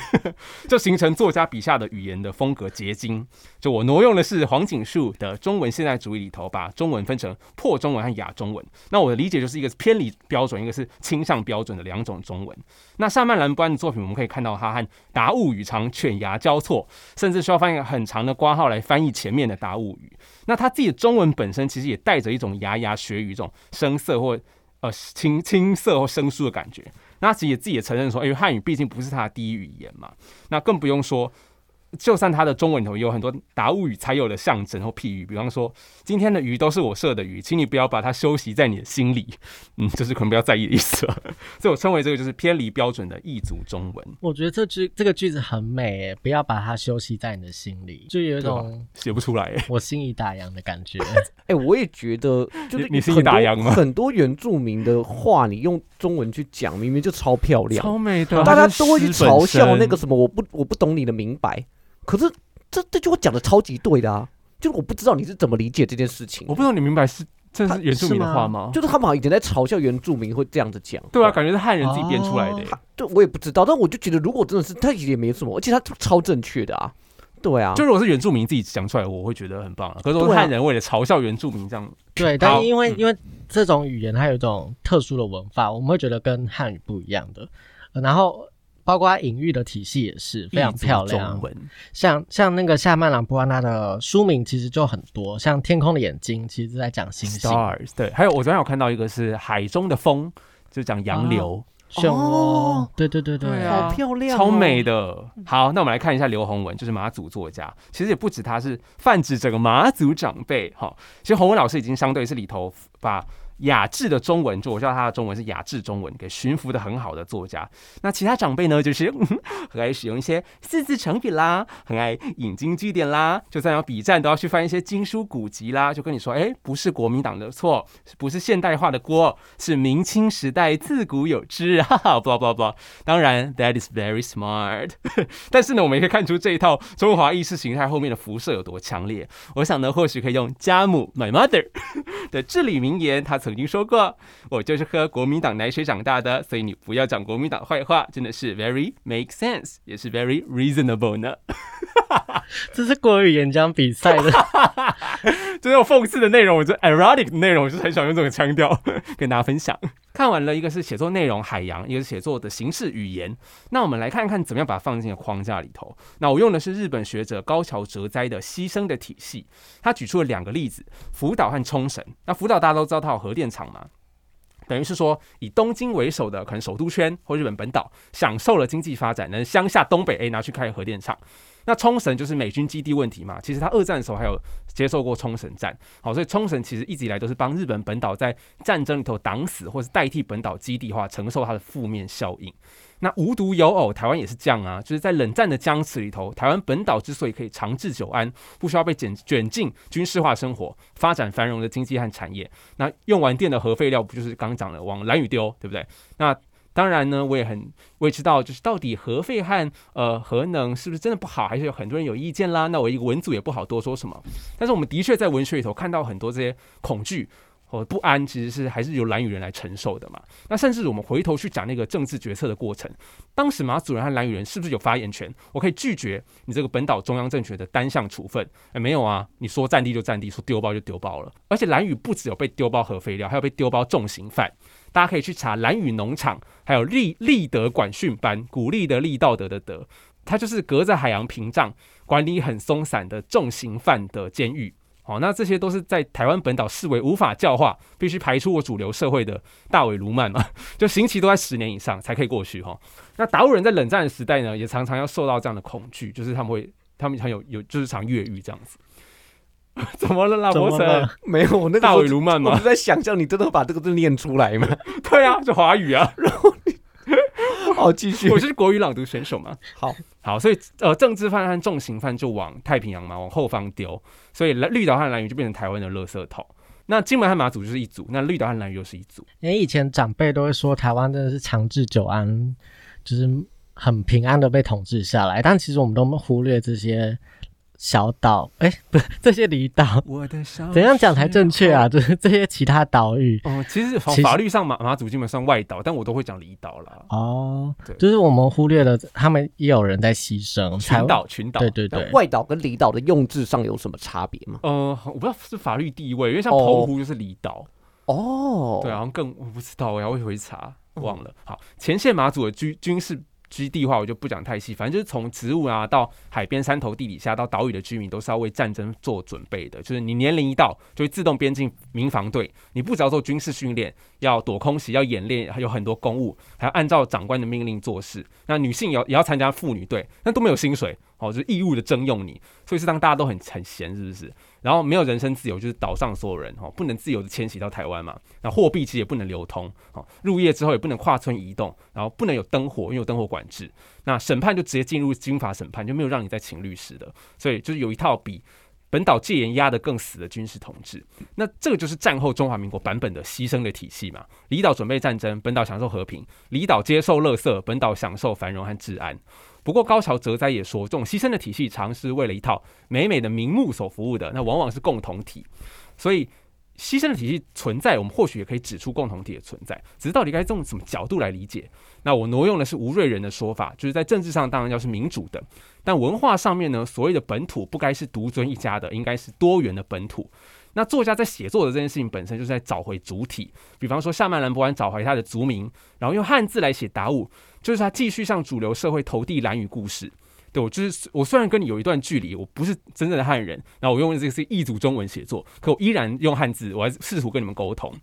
就形成作家笔下的语言的风格结晶。就我挪用的是黄景树的《中文现代主义》里头，把中文分成破中文和亚中文。那我的理解就是一个是偏离标准，一个是倾向标准的两种中文。那萨曼兰布安的作品，我们可以看到他和达悟语常犬牙交错，甚至需要翻一个很长的括号来翻译前面的达悟语。那他自己的中文本身其实也带着一种牙牙学语、这种生涩或呃青青涩或生疏的感觉。那他其实也自己也承认说，因为汉语毕竟不是他的第一语言嘛，那更不用说呃就算它的中文里头有很多达悟语才有的象征或譬喻，比方说今天的鱼都是我射的鱼，请你不要把它休息在你的心里，嗯，就是可能不要在意的意思 <laughs> 了。所以我称为这个就是偏离标准的异族中文，我觉得这句这个句子很美诶，不要把它休息在你的心里，就有一对吧种写不出来 <laughs> 哦耶。我心已打烊的感觉。哎、我也觉得，就是你你是一啊很多打烊吗很多原住民的话，你用中文去讲，明明就超漂亮，美的大家都会去嘲笑那个什么，我不我不懂你的明白。可是这这句话讲的超级对的啊，就是我不知道你是怎么理解这件事情我。不知道你明白是这是原住民的话是吗？就是他们好像以前在嘲笑原住民会这样子讲，对啊，感觉是汉人自己编出来的耶。他对啊我也不知道，但我就觉得如果真的是他也没什么，而且他超正确的啊，对啊，就如果是原住民自己讲出来，我会觉得很棒啊。可是我对啊汉人为了嘲笑原住民这样，对，但好因为嗯因为这种语言它有一种特殊的文法，我们会觉得跟汉语不一样的。呃然后包括隐喻的体系也是非常异族漂亮中，文像像那个夏曼朗布安娜的书名其实就很多，像《天空的眼睛》其实是在讲星星、 stars 对，还有我昨天有看到一个是海中的风，就讲哦洋流，漩涡哦，对对对对，对啊好漂亮、哦超美。的。好，那我们来看一下刘洪文，就是马祖作家。其实也不止他是泛指整个马祖长辈哈。其实洪文老师已经相对是里头把雅致的中文，就我知道他的中文是雅致中文，给驯服的很好的作家。那其他长辈呢，就是、 <laughs> 嗯、很爱使用一些四字成语啦，很爱引经据典啦，就算要比战都要去翻一些经书古籍啦，就跟你说，哎，不是国民党的错，不是现代化的锅，是明清时代自古有之，哈哈，blah blah blah。当然，that is very smart。但 <laughs> 是呢，我们也可以看出这一套中华意识形态后面的辐射有多强烈。我想呢，或许可以用家母 my mother <laughs> 的至理名言，他曾经说过：“我就是喝国民党奶水长大的，所以你不要讲国民党坏话。”真的是 very make sense，也是 very reasonable 呢。这是国语演讲比赛的这种讽刺的内容，我觉得 erotic 的内容，我就是很想用这种腔调跟大家分享。看完了一个是写作内容海洋，一个是写作的形式语言。那我们来看看怎么样把它放进框架里头。那我用的是日本学者高桥哲哉的《牺牲的体系》，他举出了两个例子：福岛和冲绳。那福岛大家都知道它有核电厂嘛，等于是说，以东京为首的可能首都圈或日本本岛享受了经济发展，能乡下东北 A 拿去开核电厂。那冲绳就是美军基地问题嘛，其实他二战的时候还有接受过冲绳战，好，所以冲绳其实一直以来都是帮日本本岛在战争里头挡死，或是代替本岛基地化，承受它的负面效应。那无独有偶，台湾也是这样啊，就是在冷战的僵持里头，台湾本岛之所以可以长治久安，不需要被卷卷进军事化生活，发展繁荣的经济和产业，那用完电的核废料不就是刚讲的往蓝雨丢，对不对？那当然呢，我也很我也知道，就是到底核废和呃核能是不是真的不好，还是有很多人有意见啦。那我一个文组也不好多说什么。但是我们的确在文学里头看到很多这些恐惧和不安，其实是还是由蓝雨人来承受的嘛。那甚至我们回头去讲那个政治决策的过程，当时马祖人和蓝雨人是不是有发言权？我可以拒绝你这个本岛中央政权的单向处分？哎，没有啊，你说占地就占地，说丢包就丢包了。而且蓝雨不只有被丢包核废料，还有被丢包重刑犯。大家可以去查蓝雨农场，还有立立德管训班，鼓励的立道德的德，它就是隔着海洋屏障管理很松散的重刑犯的监狱。好、那这些都是在台湾本岛视为无法教化，必须排除我主流社会的大尾卢曼嘛， <laughs> 就刑期都在十年以上才可以过去哈、哦。那达悟人在冷战的时代呢，也常常要受到这样的恐惧，就是他们会，他们常有有就是常越狱这样子。 <laughs> 怎么了，啦，怎么伯承了？没有，我那个时大候尾卢曼我吗 <laughs> 就？在想象你真的把这个字念出来吗？对啊，就华语啊，好，继续我。是国语朗读选手嘛。好，好，所以呃，政治犯和重刑犯就往太平洋嘛，往后方丢，所以蓝绿岛和蓝屿就变成台湾的垃圾桶。那金门和马祖就是一组，那绿岛和蓝屿又是一组。因为以前长辈都会说，台湾真的是长治久安，就是很平安的被统治下来。但其实我们都忽略这些小岛，哎、不是这些离岛，我的小怎样讲才正确啊？？就是这些其他岛屿哦，其实从其实法律上马马祖基本上外岛，但我都会讲离岛啦。哦对，就是我们忽略了他们也有人在牺牲，才群岛，群岛，对对但对，外岛跟离岛的用字上有什么差别吗？呃，我不知道是法律地位，因为像哦澎湖就是离岛，哦，对，好，啊像更我不知道，我要回去查，忘了。好，前线马祖的军军事基地化，我就不讲太细，反正就是从植物啊到海边山头地底下到岛屿的居民，都是要为战争做准备的。就是你年龄一到，就会自动编进民防队，你不只要做军事训练，要躲空袭，要演练，还有很多公务，还要按照长官的命令做事。那女性也要也要参加妇女队，那都没有薪水，哦，就是义务的征用你，所以是当大家都很很闲，是不是？然后没有人身自由，就是岛上所有人哦，不能自由的迁徙到台湾嘛。那货币其实也不能流通哦，入夜之后也不能跨村移动，然后不能有灯火，因为有灯火管制。那审判就直接进入军法审判，就没有让你再请律师的，所以就是有一套比本岛戒严压得更死的军事统治。那这个就是战后中华民国版本的牺牲的体系嘛。离岛准备战争，本岛享受和平；离岛接受垃圾，本岛享受繁荣和治安。不过高桥哲哉也说，这种牺牲的体系常是为了一套美美的名目所服务的，那往往是共同体。所以牺牲的体系存在，我们或许也可以指出共同体的存在，只是到底该从什么角度来理解？那我挪用的是吴瑞仁的说法，就是在政治上当然要是民主的，但文化上面呢，所谓的本土不该是独尊一家的，应该是多元的本土。那作家在写作的这件事情本身就是在找回主体，比方说夏曼兰博安找回他的族名，然后用汉字来写达悟，就是他继续向主流社会投递蓝语故事。对我就是我虽然跟你有一段距离，我不是真正的汉人，然后我用的这个是异族中文写作，可我依然用汉字，我还是试图跟你们沟通。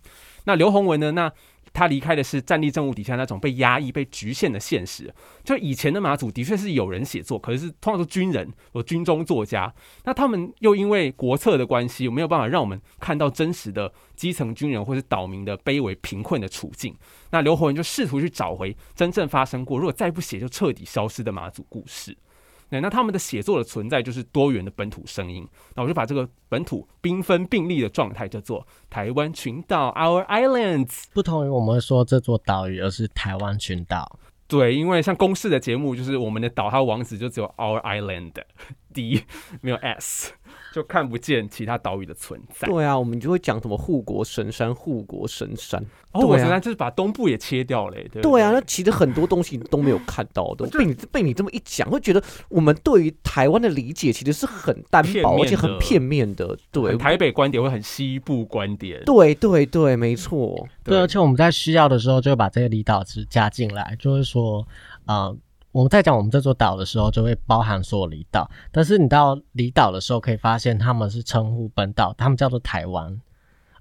那刘洪文呢？那他离开的是战地政务底下那种被压抑、被局限的现实。就以前的马祖的确是有人写作，可是通常都军人或军中作家，那他们又因为国策的关系，没有办法让我们看到真实的基层军人或是岛民的卑微、贫困的处境。那刘洪文就试图去找回真正发生过，如果再不写就彻底消失的马祖故事。那那他们的写作的存在就是多元的本土声音。那我就把这个本土缤纷并立的状态叫做台湾群岛 （Our Islands）。不同于我们说这座岛屿，而是台湾群岛。对，因为像公式的节目，就是我们的岛，它网址就只有 Our Island <laughs> D，没有 S，就看不见其他岛屿的存在。对啊，我们就会讲什么护国神山，护国神山。哦，我对啊现在就是把东部也切掉了、欸，对不对啊，那其实很多东西你都没有看到的。被你被你这么一讲，会觉得我们对于台湾的理解其实是很单片面薄，的而且很片面的。对很，台北观点会很西部观点，对对对，没错。对，而且我们在需要的时候，就会把这个离岛值加进来，就是说，呃，我们在讲我们这座岛的时候，就会包含所有离岛。但是你到离岛的时候，可以发现他们是称呼本岛，他们叫做台湾，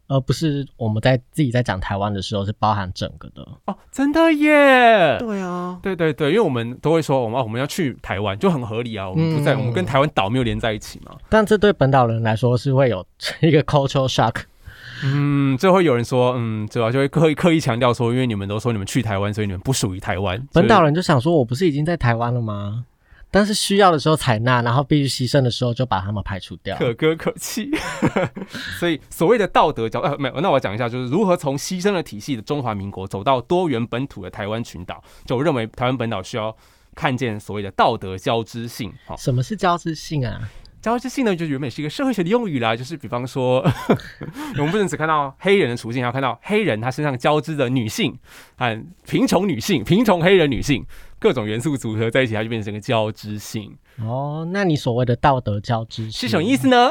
而不是我们在自己在讲台湾的时候是包含整个的。哦，真的耶。对啊，对对对，因为我们都会说，我们、哦、我们要去台湾，就很合理啊。我们不在，嗯我们跟台湾岛没有连在一起嘛。但这对本岛人来说是会有一个 cultural shock。嗯，就会有人说，嗯，对吧、就会刻意刻意强调说，因为你们都说你们去台湾，所以你们不属于台湾。本岛人人就想说，我不是已经在台湾了吗？但是需要的时候采纳，然后必须牺牲的时候就把他们排除掉。可歌可泣。 <laughs> 所以所谓的道德角，呃，没有。那我讲一下，就是如何从牺牲的体系的中华民国走到多元本土的台湾群岛。就我认为台湾本岛需要看见所谓的道德交织性。好、什么是交织性啊？交织性呢，就原本是一个社会学的用语啦，就是比方说， <laughs> 我们不能只看到黑人的处境，还要看到黑人他身上交织的女性和贫穷女性、贫穷黑人女性各种元素组合在一起，它就变成一个交织性，哦，那你所谓的道德交织是什么意？思呢？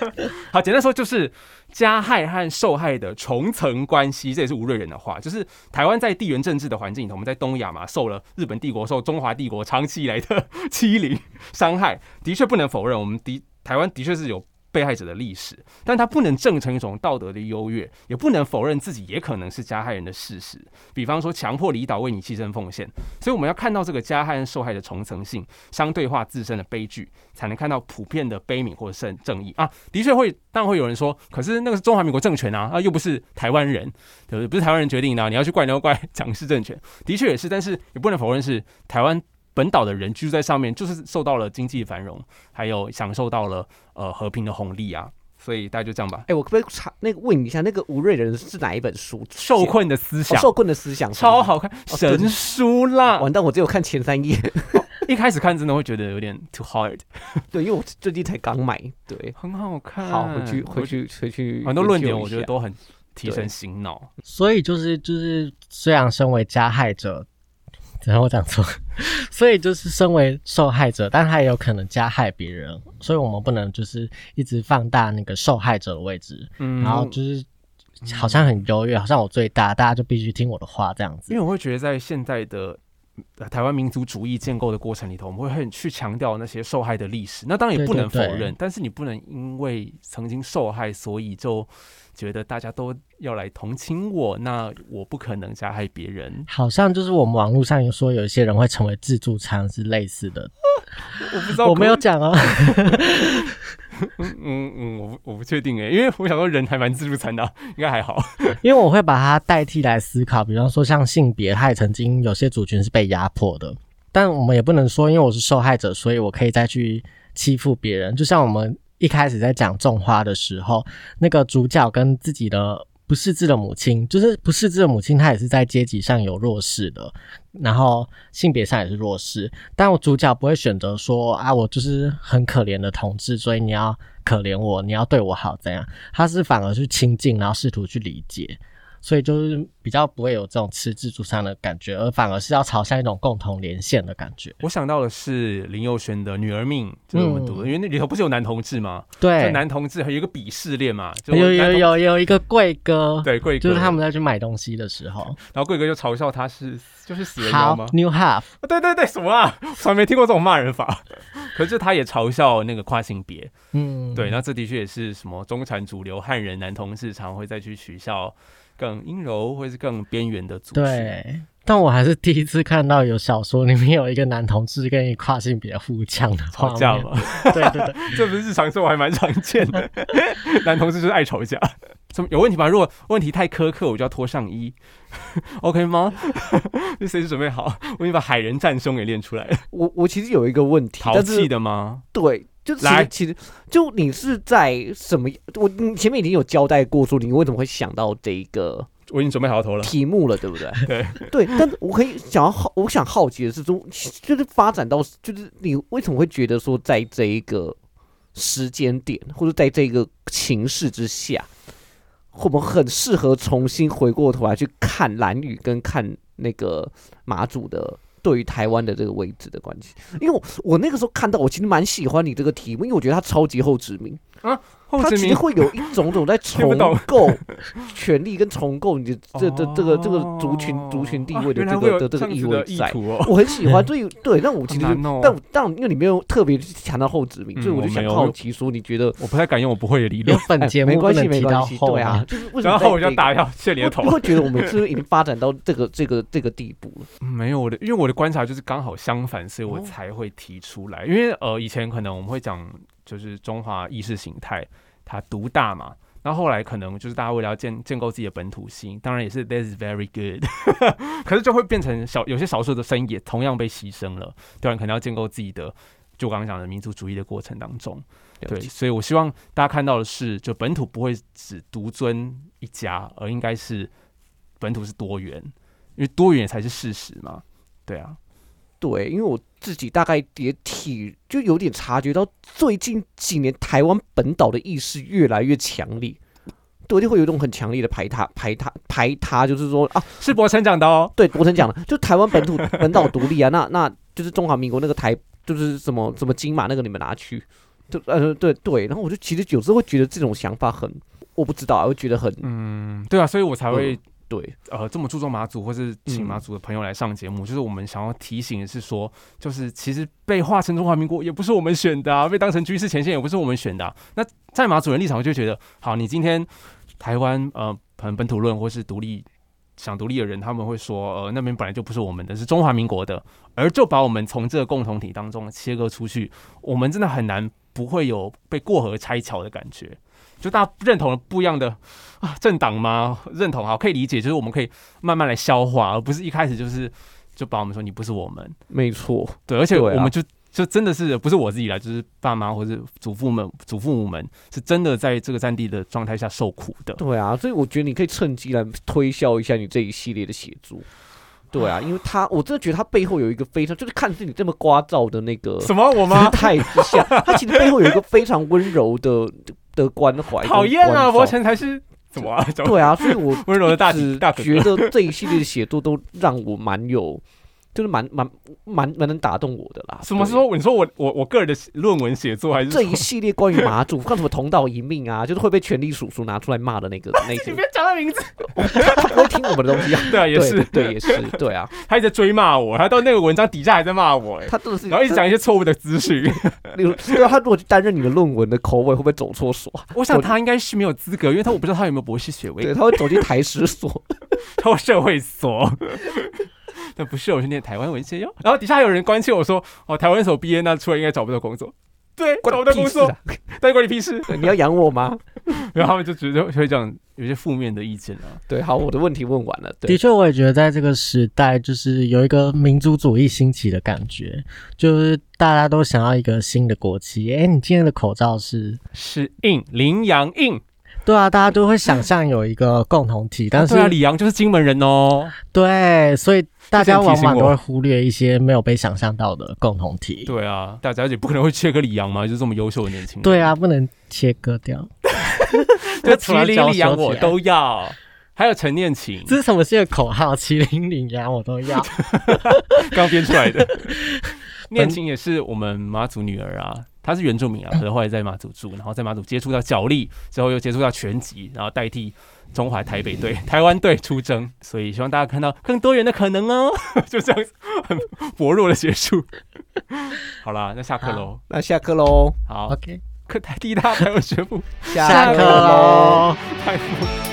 <laughs> 好，简单说就是加害和受害的重层关系，这也是吴瑞仁的话，就是台湾在地缘政治的环境里头，我们在东亚嘛，受了日本帝国、受中华帝国长期以来的欺凌、伤害，的确不能否认，我们的台湾的确是有被害者的历史，但它不能证成一种道德的优越，也不能否认自己也可能是加害人的事实。比方说，强迫离岛为你牺牲奉献，所以我们要看到这个加害和受害的重层性，相对化自身的悲剧，才能看到普遍的悲悯或正正义啊。的确会，当然会有人说，可是那个是中华民国政权啊，啊又不是台湾人，对不对？不是台湾人决定的啊、你要去怪你要怪蒋氏政权，的确也是，但是也不能否认是台湾。本岛的人居住在上面，就是受到了经济繁荣，还有享受到了呃和平的红利啊。所以大家就这样吧。哎，我可不可以查那个问一下，那个吴瑞仁是哪一本书？受困的思哦想、受困的思想，超。好看，哦对神书啦！完蛋，我只有看前三页。 <laughs> 一开始看真的会觉得有点 too hard，对，因为我最近才刚买。对，很好看。好，回去回去回去。嗯很多论点，研究一我觉得下都很提对神醒脑。所以就是就是，虽然身为加害者，然后我讲错，所以就是身为受害者，但他也有可能加害别人，所以我们不能就是一直放大那个受害者的位置，嗯然后就是好像很优越，好像我最大，大家就必须听我的话这样子因。为我会觉得在现代的、呃台湾民族主义建构的过程里头，我们会很去强调那些受害的历史。那当然也对不对能否对认，但是你不能因为曾经受害，所以就觉得大家都要来同情我，那我不可能加害别人。好像就是我们网络上有说有一些人会成为自助餐是类似的，我不知道，我没有，讲啊，嗯嗯嗯，我不我不确定哎，因为我想说人还蛮自助餐的啊、应该还好。因为我会把它代替来思考，比方说像性别，它也曾经有些族群是被压迫的，但我们也不能说因为我是受害者，所以我可以再去欺负别人。就像我们一开始在讲种花的时候，那个主角跟自己的不识字的母亲，就是不识字的母亲，她也是在阶级上有弱势的，然后性别上也是弱势，但我主角不会选择说啊，我就是很可怜的同志，所以你要可怜我，你要对我好怎样？他是反而去亲近，然后试图去理解，所以就是比较不会有这种吃自助餐的感觉，而反而是要朝向一种共同连线的感觉。 <laughs> 我想到的是林佑轩的《女儿命》，就是我们读的，因为那里头不是有男同志吗？就嗯对，男同志还有一个鄙视链嘛，就有有男同有有一个贵哥，对贵哥，就是他们在去买东西的时候，然后贵哥就嘲笑他是就是死人好妖吗？ ，New Half，啊对对对，什么啊？ <laughs> 我从来没听过这种骂人法。 <laughs> 可是他也嘲笑那个跨性别，嗯，对，，那这的确也是什么中产主流汉人男同志常会再去取笑更阴柔或是更边缘的族群。对。但我还是第一次看到有小说里面有一个男同志跟一个跨性别互呛的画吵架面，嘛，对对 <laughs> 对，这不是日常生活还蛮常见 <laughs> 的。男同志就是爱吵架，什么有问题吗？如果问题太苛刻，我就要脱上衣，OK 吗？ <laughs> 就随时准备好，我已经把海人战胸给练出来了。我我其实有一个问题，淘但是气的吗？对，就其来实其实就你是在什么？我你前面已经有交代过，说你为什么会想到这一个我已经准备好头了。题目了，对不对？ <laughs> 对对，但是我可以想要好，我想好奇的是，中就是发展到，就是你为什么会觉得说，在这一个时间点，或者在这个情势之下，我们很适合重新回过头来去看蓝宇跟看那个马祖的。对于台湾的这个位置的关系，因为我我那个时候看到，我其实蛮喜欢你这个题目，因为我觉得它超级后殖民，后它殖其民实会有一种种 <laughs> 在听重不懂构权力跟重 <laughs> 构你的这这这个这个族群族群地位的哦这原来会有个的这个样意子味的在。图哦。我很喜欢，对于对，但我其实好难哦但我但因为你没有特别去强调后殖民，嗯所以我我就没想有好奇说，你觉得我不太敢用我不会的理有 <laughs> 论，本哎节没目不关系能没提关到系，后对吗啊，？就是为什么然后我在就这打个掉谢你的头 <laughs> 我。会觉得我们是不是已经发展到这个这个这个地步了？嗯没有我的，因为我的观察就是刚好相反，所以哦我才会提出来。因为呃，以前可能我们会讲就是中华意识形态它独大嘛，那后来可能就是大家为了要建建构自己的本土性，当然也是 that's very good，可 <laughs> 是就会变成小有些少数的声音也同样被牺牲了，对吧？你可能要建构自己的，就我刚刚讲的民族主义的过程当中，了对，解所以我希望大家看到的是，就本土不会只独尊一家，而应该是本土是多元，因为多元才是事实嘛。对啊，对，因为我自己大概也体就有点察觉到，最近几年台湾本岛的意识越来越强烈，对，就会有一种很强烈的排他、排他、排他，就是说啊，是博成讲的哦。对，博成讲了，就台湾本土本岛独立啊，那那就是中华民国那个台，就是什么什么金马那个你们拿去，就呃对对，然后我就其实有时候会觉得这种想法很，我不知道啊，会觉得很嗯，对啊，所以我才会、对，呃这么注重马祖，或是请嗯马祖的朋友来上节目。就是我们想要提醒的是说，就是其实被划成中华民国也不是我们选的、啊，被当成军事前线也不是我们选的啊、那在马主任立场，我就觉得，好，你今天台湾呃可能本土论或是独立。想独立的人，他们会说，呃，那边本来就不是我们的，是中华民国的，而就把我们从这个共同体当中切割出去，我们真的很难不会有被过河拆桥的感觉。就大家认同了不一样的啊政党吗？认同好可以理解，就是我们可以慢慢来消化，而不是一开始就是就把我们说你不是我们。没错，对，而且对啊我们就就真的是不是我自己来，就是爸妈或是祖父们、祖父母们是真的在这个战地的状态下受苦的。对啊，所以我觉得你可以趁机来推销一下你这一系列的写作。对啊，因为他，我真的觉得他背后有一个非常，就是看似你这么聒噪的那个什么？我吗？态之下，他其实背后有一个非常温柔的的关怀。 <laughs> 讨厌啊！我伯承才是怎么啊？怎么对啊，所以我温柔的 <laughs> 大一直大哥觉得这一系列的写作都让我蛮有，就是蛮蛮蛮蛮能打动我的啦。什么时对？候？你说我我我个人的论文写作还是这一系列关于马祖，看什么同道一命啊，就是会被权力叔叔拿出来骂的那个那 <laughs> <laughs> 些你，别讲他名字。他不会听我们的东西啊。对啊，也是，对对也是， <laughs> 对啊，他一直在追骂我，他到那个文章底下还在骂我、哎，他真的是，然后一直讲一些错误的资讯。例如，对啊，他如果去担任你的论文的口味，会不会走错所？我想他应该是没有资格，因为他我不知道他有没有博士学对，位，他会走进台 <laughs> 史所。他有社会所。 <laughs> 但不是，我是念台湾文学哟。然后底下还有人关切我说：“哦，台湾所毕业，那出来应该找不到工作。”对，关找不你到屁工事作啊，！但关你屁事。 <laughs> 对你要养我吗？然后他们就觉得会这样，有些负面的意见啊。对，好，我的问题问完了。的对，确，我也觉得在这个时代，就是有一个民族主义兴起的感觉，就是大家都想要一个新的国旗。诶，你今天的口罩是？是硬羚羊硬，对啊，大家都会想象有一个共同体，但是对啊，李阳就是金门人哦。对，所以大家之前提往醒往都我会忽略一些没有被想象到的共同体。对啊，大家也不可能会切割李阳嘛，就是这么优秀的年轻人。对啊，不能切割掉。就突麒然麟叫李阳说我起来都要，还有陈念琴这是什么新的口号？麒麟领羊我 <laughs> 都要。刚编出来的。 <laughs> 念琴也是我们马祖女儿啊，她是原住民啊，可是后来在马祖住，然后在马祖接触到脚力，之后又接触到拳击，然后代替中华台北队、台湾队出征，所以希望大家看到更多元的可能哦。 <laughs> 就这样很薄弱的结束。 <laughs> 好啦，那下课喽。那下课喽，好， OK，课台第一大排有学部，下下课喽。太复杂